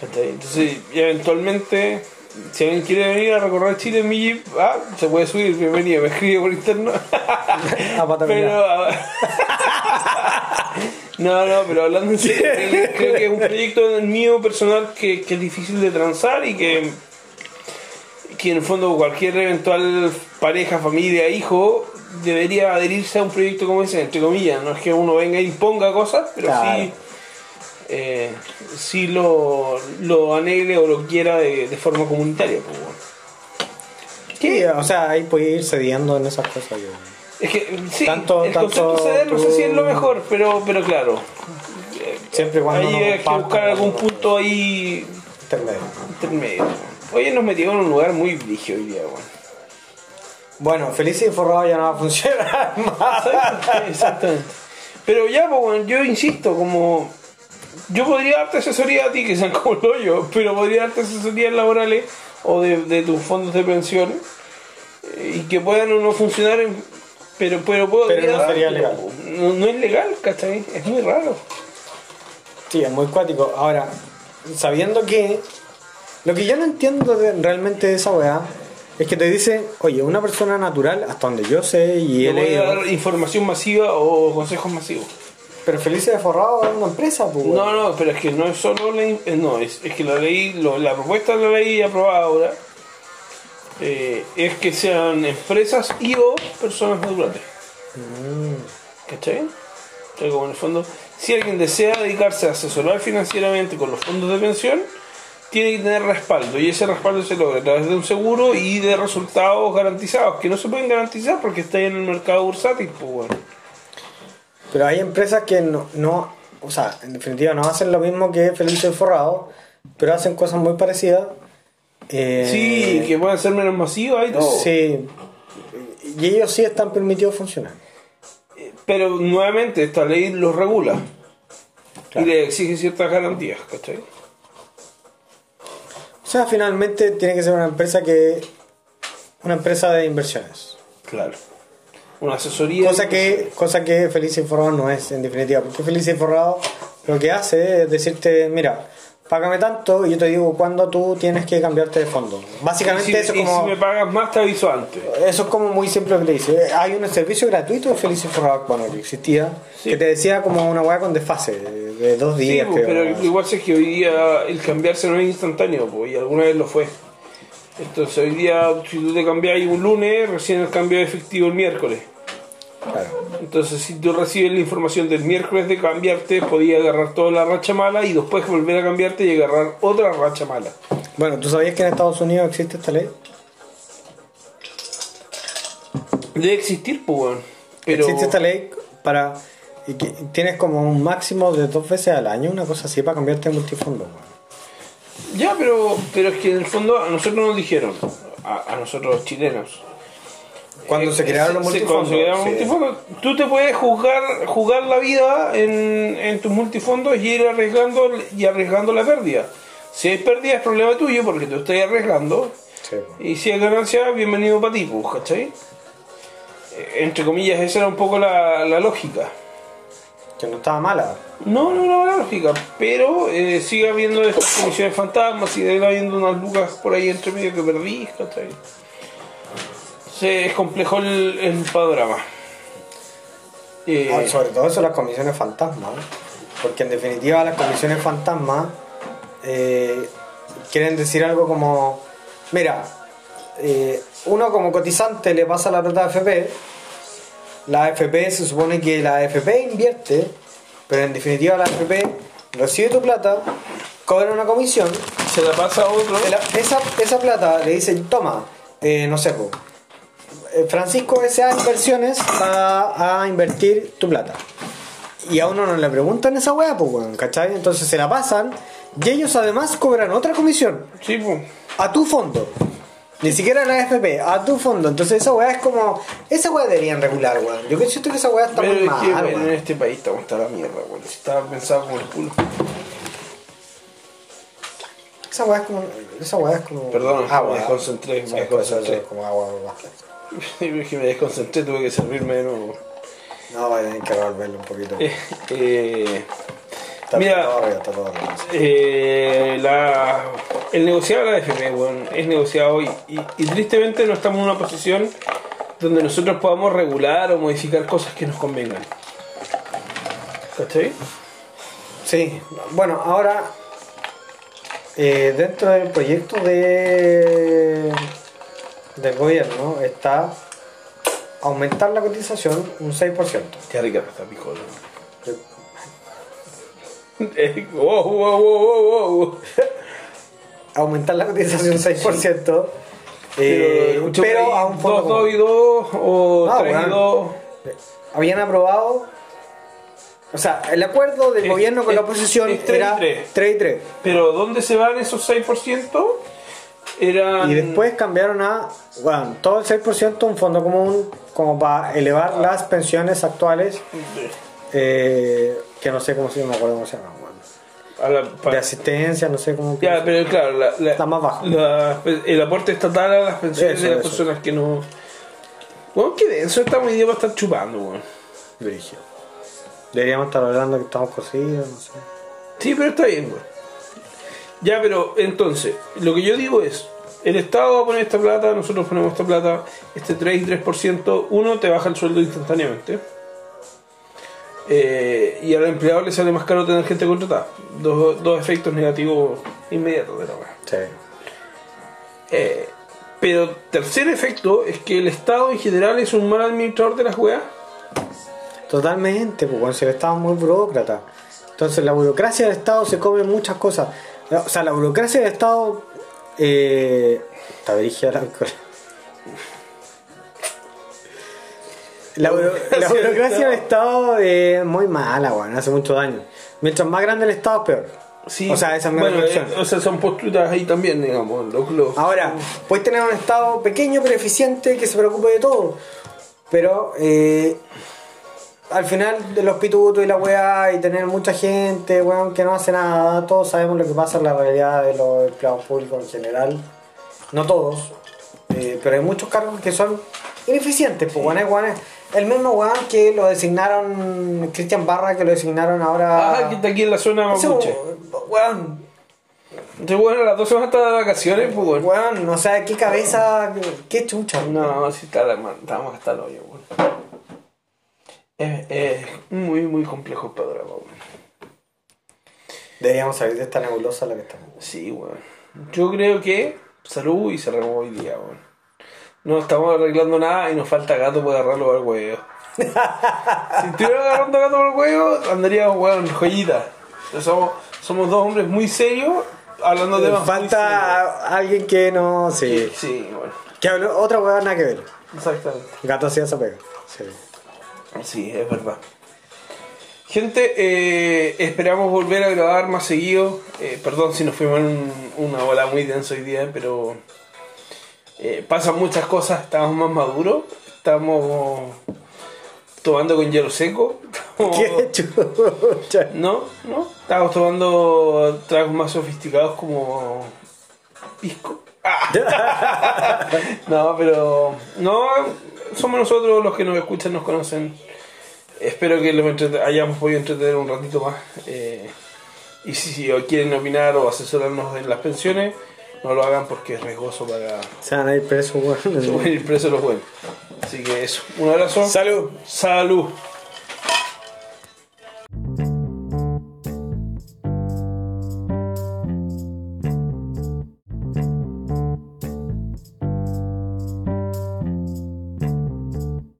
[SPEAKER 1] ¿Cachai? Entonces, y eventualmente, si alguien quiere venir a recorrer Chile en mi jeep, ah, se puede subir, bienvenido, me escribe por interno.
[SPEAKER 2] A pata pelada.
[SPEAKER 1] Pero. ah, No, no, pero hablando en serio, creo que es un proyecto en el mío personal que, que es difícil de transar y que, que en el fondo cualquier eventual pareja, familia, hijo debería adherirse a un proyecto como ese, entre comillas. No es que uno venga e imponga cosas, pero
[SPEAKER 2] Claro.
[SPEAKER 1] sí, eh, sí lo, lo anhele o lo quiera de, de forma comunitaria. pues, bueno.
[SPEAKER 2] Sí, ah. o sea, ahí puede ir cediendo en esas cosas. yo.
[SPEAKER 1] Es que sí,
[SPEAKER 2] Tanto-
[SPEAKER 1] el
[SPEAKER 2] tanto
[SPEAKER 1] concepto CD no sé
[SPEAKER 2] tú-
[SPEAKER 1] si es lo mejor, pero, pero claro. eh,
[SPEAKER 2] Siempre y cuando
[SPEAKER 1] Ahí hay
[SPEAKER 2] no
[SPEAKER 1] que
[SPEAKER 2] compartan
[SPEAKER 1] buscar algún
[SPEAKER 2] algo.
[SPEAKER 1] punto ahí
[SPEAKER 2] Intermedio.
[SPEAKER 1] intermedio. Oye, nos metimos en un lugar muy brillo hoy día, weón.
[SPEAKER 2] Bueno, feliz y forrado ya no va a funcionar más.
[SPEAKER 1] Ah, Exactamente. Pero ya, pues, weón, yo insisto, como. Yo podría darte asesoría a ti, que sean como lo yo, pero podría darte asesorías laborales o de, de tus fondos de pensión eh, y que puedan o no funcionar, en- pero, pero puedo
[SPEAKER 2] Pero no sería legal.
[SPEAKER 1] No, no es legal, ¿cachai? Es muy raro.
[SPEAKER 2] Sí, es muy cuático. Ahora, sabiendo que. Lo que yo no entiendo de- realmente de esa weá es que te dice, oye, una persona natural, hasta donde yo sé y
[SPEAKER 1] Te
[SPEAKER 2] he
[SPEAKER 1] voy a
[SPEAKER 2] leído.
[SPEAKER 1] dar información masiva o consejos masivos.
[SPEAKER 2] Pero Felices de Forrado es una empresa, pues. weón.
[SPEAKER 1] No, no, pero es que no es solo la... in- eh, No, es, es que la ley, lo- la propuesta de la ley aprobada ahora eh, es que sean empresas y o personas naturales.
[SPEAKER 2] Mm.
[SPEAKER 1] ¿Cachai? O sea, como en el fondo, si alguien desea dedicarse a asesorar financieramente con los fondos de pensión, tiene que tener respaldo y ese respaldo se logra a través de un seguro y de resultados garantizados, que no se pueden garantizar porque está ahí en el mercado bursátil, pues bueno.
[SPEAKER 2] Pero hay empresas que no, no- o sea, en definitiva no hacen lo mismo que Felices de Forrado, pero hacen cosas muy parecidas. Eh,
[SPEAKER 1] Sí, que pueden ser menos masivas y todo.
[SPEAKER 2] Sí. Y ellos sí están permitidos funcionar.
[SPEAKER 1] Pero nuevamente esta ley los regula
[SPEAKER 2] Claro.
[SPEAKER 1] y le exige ciertas garantías, ¿cachai?
[SPEAKER 2] O sea, finalmente tiene que ser una empresa que. Una empresa de inversiones.
[SPEAKER 1] Claro. Una asesoría.
[SPEAKER 2] Cosa que, cosa que Feliz Inforrado no es, en definitiva. Porque Feliz Inforrado lo que hace es decirte, mira, págame tanto y yo te digo cuándo tú tienes que cambiarte de fondo. Básicamente
[SPEAKER 1] Y si-
[SPEAKER 2] eso
[SPEAKER 1] y
[SPEAKER 2] es como.
[SPEAKER 1] si me pagas más, te aviso antes.
[SPEAKER 2] Eso es como muy simple lo que le dice. Eh, Hay un servicio gratuito de Feliz Inforrado, bueno, que existía,
[SPEAKER 1] Sí.
[SPEAKER 2] que te decía como una weá con desfase, de, de dos
[SPEAKER 1] Sí,
[SPEAKER 2] días.
[SPEAKER 1] pues,
[SPEAKER 2] creo.
[SPEAKER 1] pero lo igual es que hoy día el cambiarse no es instantáneo, pues, y alguna vez lo fue. Entonces hoy día, si tú te cambiáis un lunes, recién el cambio es efectivo el miércoles.
[SPEAKER 2] Claro.
[SPEAKER 1] Entonces, si tú recibes la información del miércoles de cambiarte, podías agarrar toda la racha mala y después volver a cambiarte y agarrar otra racha mala.
[SPEAKER 2] Bueno, ¿tú sabías que en Estados Unidos existe esta ley?
[SPEAKER 1] Debe existir, pues, weón. Pero...
[SPEAKER 2] Existe esta ley para. Y que tienes como un máximo de dos veces al año, una cosa así, para cambiarte de multifondo. weón.
[SPEAKER 1] Ya, pero, pero es que en el fondo a nosotros nos dijeron, a, a nosotros los chilenos.
[SPEAKER 2] Cuando
[SPEAKER 1] Eh,
[SPEAKER 2] se crearon los
[SPEAKER 1] se- se- cuando
[SPEAKER 2] multifondos.
[SPEAKER 1] se crearon los
[SPEAKER 2] sí.
[SPEAKER 1] multifondos, Tú te puedes jugar, jugar la vida en, en tus multifondos y ir arriesgando y arriesgando la pérdida. Si hay pérdida es problema tuyo porque tú estás arriesgando.
[SPEAKER 2] Sí, weón.
[SPEAKER 1] Y si hay ganancia, bienvenido para ti, pues, ¿cachai? Eh, Entre comillas, esa era un poco la, la lógica.
[SPEAKER 2] Que no estaba mala.
[SPEAKER 1] No, no una mala lógica, pero eh, sigue habiendo
[SPEAKER 2] Oh.
[SPEAKER 1] estas comisiones fantasmas, sigue habiendo unas lucas por ahí entre medio que perdís, ¿cachai? Se, es complejo el, el panorama. Eh,
[SPEAKER 2] Ah, sobre todo eso las comisiones fantasma, ¿eh? porque en definitiva las comisiones fantasma eh, quieren decir algo como, mira, eh, uno como cotizante le pasa la plata a AFP, la AFP se supone que la AFP invierte, pero en definitiva la AFP recibe tu plata, cobra una comisión,
[SPEAKER 1] Eh, se la pasa a otro.
[SPEAKER 2] te la- esa, esa plata le dicen, toma, eh, no sé, po, eh, Francisco S.A. Inversiones va a invertir tu plata. Y a uno no le preguntan esa weá, pues weón, ¿cachai? Entonces se la pasan y ellos además cobran otra comisión
[SPEAKER 1] Sí, pues.
[SPEAKER 2] a tu fondo. Ni siquiera a la AFP, a tu fondo. Entonces esa weá es como. Esa weá deberían regular, weón. Yo que siento que esa weá está
[SPEAKER 1] Pero es
[SPEAKER 2] muy
[SPEAKER 1] que
[SPEAKER 2] mal,
[SPEAKER 1] bueno, en
[SPEAKER 2] weón.
[SPEAKER 1] este país estamos hasta la mierda, weón. Si Estaba pensado como el culo.
[SPEAKER 2] Esa weá es como. Esa weá es como.
[SPEAKER 1] Perdón,
[SPEAKER 2] agua.
[SPEAKER 1] me desconcentré, me
[SPEAKER 2] Sí, es como-
[SPEAKER 1] desconcentré.
[SPEAKER 2] es como agua, agua.
[SPEAKER 1] es que me desconcentré, tuve que servirme de nuevo.
[SPEAKER 2] No, voy a tener que revolverlo un poquito.
[SPEAKER 1] Eh, eh,
[SPEAKER 2] Está
[SPEAKER 1] Mira.
[SPEAKER 2] todo arriba, está todo arriba.
[SPEAKER 1] Eh, la, el negociado de la AFP weón, es negociado hoy y, y tristemente no estamos en una posición donde nosotros podamos regular o modificar cosas que nos convengan. ¿Cachai?
[SPEAKER 2] Sí, bueno, ahora eh, dentro del proyecto de del gobierno está aumentar la cotización un 6%.
[SPEAKER 1] Qué rica que está picola. Eh, wow, wow, wow, wow, wow.
[SPEAKER 2] Aumentar la cotización un 6%, eh, pero,
[SPEAKER 1] escucho que hay
[SPEAKER 2] a un fondo
[SPEAKER 1] dos,
[SPEAKER 2] común.
[SPEAKER 1] dos y dos o
[SPEAKER 2] Ah,
[SPEAKER 1] tres y
[SPEAKER 2] bueno.
[SPEAKER 1] dos.
[SPEAKER 2] Habían aprobado, o sea, el acuerdo del
[SPEAKER 1] Es-
[SPEAKER 2] gobierno con la
[SPEAKER 1] es-
[SPEAKER 2] oposición
[SPEAKER 1] es tres y
[SPEAKER 2] era
[SPEAKER 1] tres.
[SPEAKER 2] 3 y 3.
[SPEAKER 1] Pero ¿dónde se van esos 6%? Eran
[SPEAKER 2] Y después cambiaron a, bueno, todo el 6% un fondo común como para elevar las pensiones actuales, eh, que no sé cómo se llama, me acuerdo cómo se llama, bueno.
[SPEAKER 1] a la- pa-
[SPEAKER 2] de asistencia, no sé cómo.
[SPEAKER 1] Ya, pero claro, la, la-
[SPEAKER 2] Está más bajo.
[SPEAKER 1] la- el aporte estatal a las pensiones
[SPEAKER 2] Eso,
[SPEAKER 1] de las
[SPEAKER 2] eso.
[SPEAKER 1] personas que no. Bueno, qué denso, estamos hoy día para estar chupando, weón.
[SPEAKER 2] Brígido. Deberíamos estar hablando que estamos cosidos, no sé.
[SPEAKER 1] Sí, pero está bien, weón. Ya, pero entonces, lo que yo digo es: el Estado va a poner esta plata, nosotros ponemos esta plata, este 3 y 3%, uno te baja el sueldo instantáneamente. Eh, y al empleado le sale más caro tener gente contratada. Dos, dos efectos negativos inmediatos de la weá.
[SPEAKER 2] Sí.
[SPEAKER 1] Eh, pero tercer efecto es que el Estado en general es un mal administrador de las weas.
[SPEAKER 2] Totalmente, pues, porque el Estado es muy burócrata. Entonces la burocracia del Estado se come muchas cosas. O sea, la burocracia del Estado eh, está dirigida al alcohol. La, buro-
[SPEAKER 1] burocracia
[SPEAKER 2] la
[SPEAKER 1] del
[SPEAKER 2] burocracia del Estado es muy mala, weón, hace mucho daño. Mientras más grande el Estado, peor. o sea, esa es mi
[SPEAKER 1] bueno,
[SPEAKER 2] reflexión. Ah.
[SPEAKER 1] eh, o sea, son posturas ahí también, digamos. Los, los-
[SPEAKER 2] Ahora, puedes tener un Estado pequeño pero eficiente que se preocupe de todo. Pero eh, al final de los pitutos y la weá y tener mucha gente, weón, que no hace nada, todos sabemos lo que pasa en la realidad de los empleados públicos en general. No todos, eh, pero hay muchos cargos que son ineficientes. Pues, weón, hay weones- el mismo weón que lo designaron, Cristian Barra, que lo designaron ahora...
[SPEAKER 1] Ajá, Ah, que está aquí en la zona
[SPEAKER 2] Ese
[SPEAKER 1] mapuche.
[SPEAKER 2] weón,
[SPEAKER 1] Entonces, bueno, las dos semanas está de vacaciones, pues bueno.
[SPEAKER 2] Weón, o sea, qué cabeza, qué chucha.
[SPEAKER 1] No, sí, está la, man- estamos hasta el hoyo, bueno. Es, es muy, muy complejo el panorama, bueno.
[SPEAKER 2] Deberíamos salir de esta nebulosa en la que estamos.
[SPEAKER 1] Sí, weón. Yo creo que salud y cerramos hoy día, weón. No estamos arreglando nada y nos falta gato para agarrarlo para el huevo. si estuviéramos agarrando gato para el huevo, andaríamos, weón, joyita. Somos, somos dos hombres muy serios hablando de temas muy
[SPEAKER 2] Falta a- alguien que no.
[SPEAKER 1] serios.
[SPEAKER 2] Sí.
[SPEAKER 1] Sí, bueno.
[SPEAKER 2] Que habló otra weá nada que ver.
[SPEAKER 1] Exactamente.
[SPEAKER 2] Gato hacía esa pega. Sí.
[SPEAKER 1] Sí, es verdad. Gente, eh, esperamos volver a grabar más seguido. Eh, perdón si nos fuimos en un- una bola muy densa hoy día, pero eh, pasan muchas cosas. Estamos más maduros, estamos tomando con hielo seco. estamos-
[SPEAKER 2] Qué chucha.
[SPEAKER 1] No, no. Estamos tomando tragos más sofisticados como pisco. Ah. no, pero no, somos nosotros los que nos escuchan, nos conocen. Espero que los entrete- hayamos podido entretener un ratito más. eh, y si, si o quieren opinar o asesorarnos en las pensiones, no lo hagan porque es riesgoso para
[SPEAKER 2] Se van a ir presos, weón.
[SPEAKER 1] ir preso los buenos. Así que eso, un abrazo.
[SPEAKER 2] Salud.
[SPEAKER 1] Salud.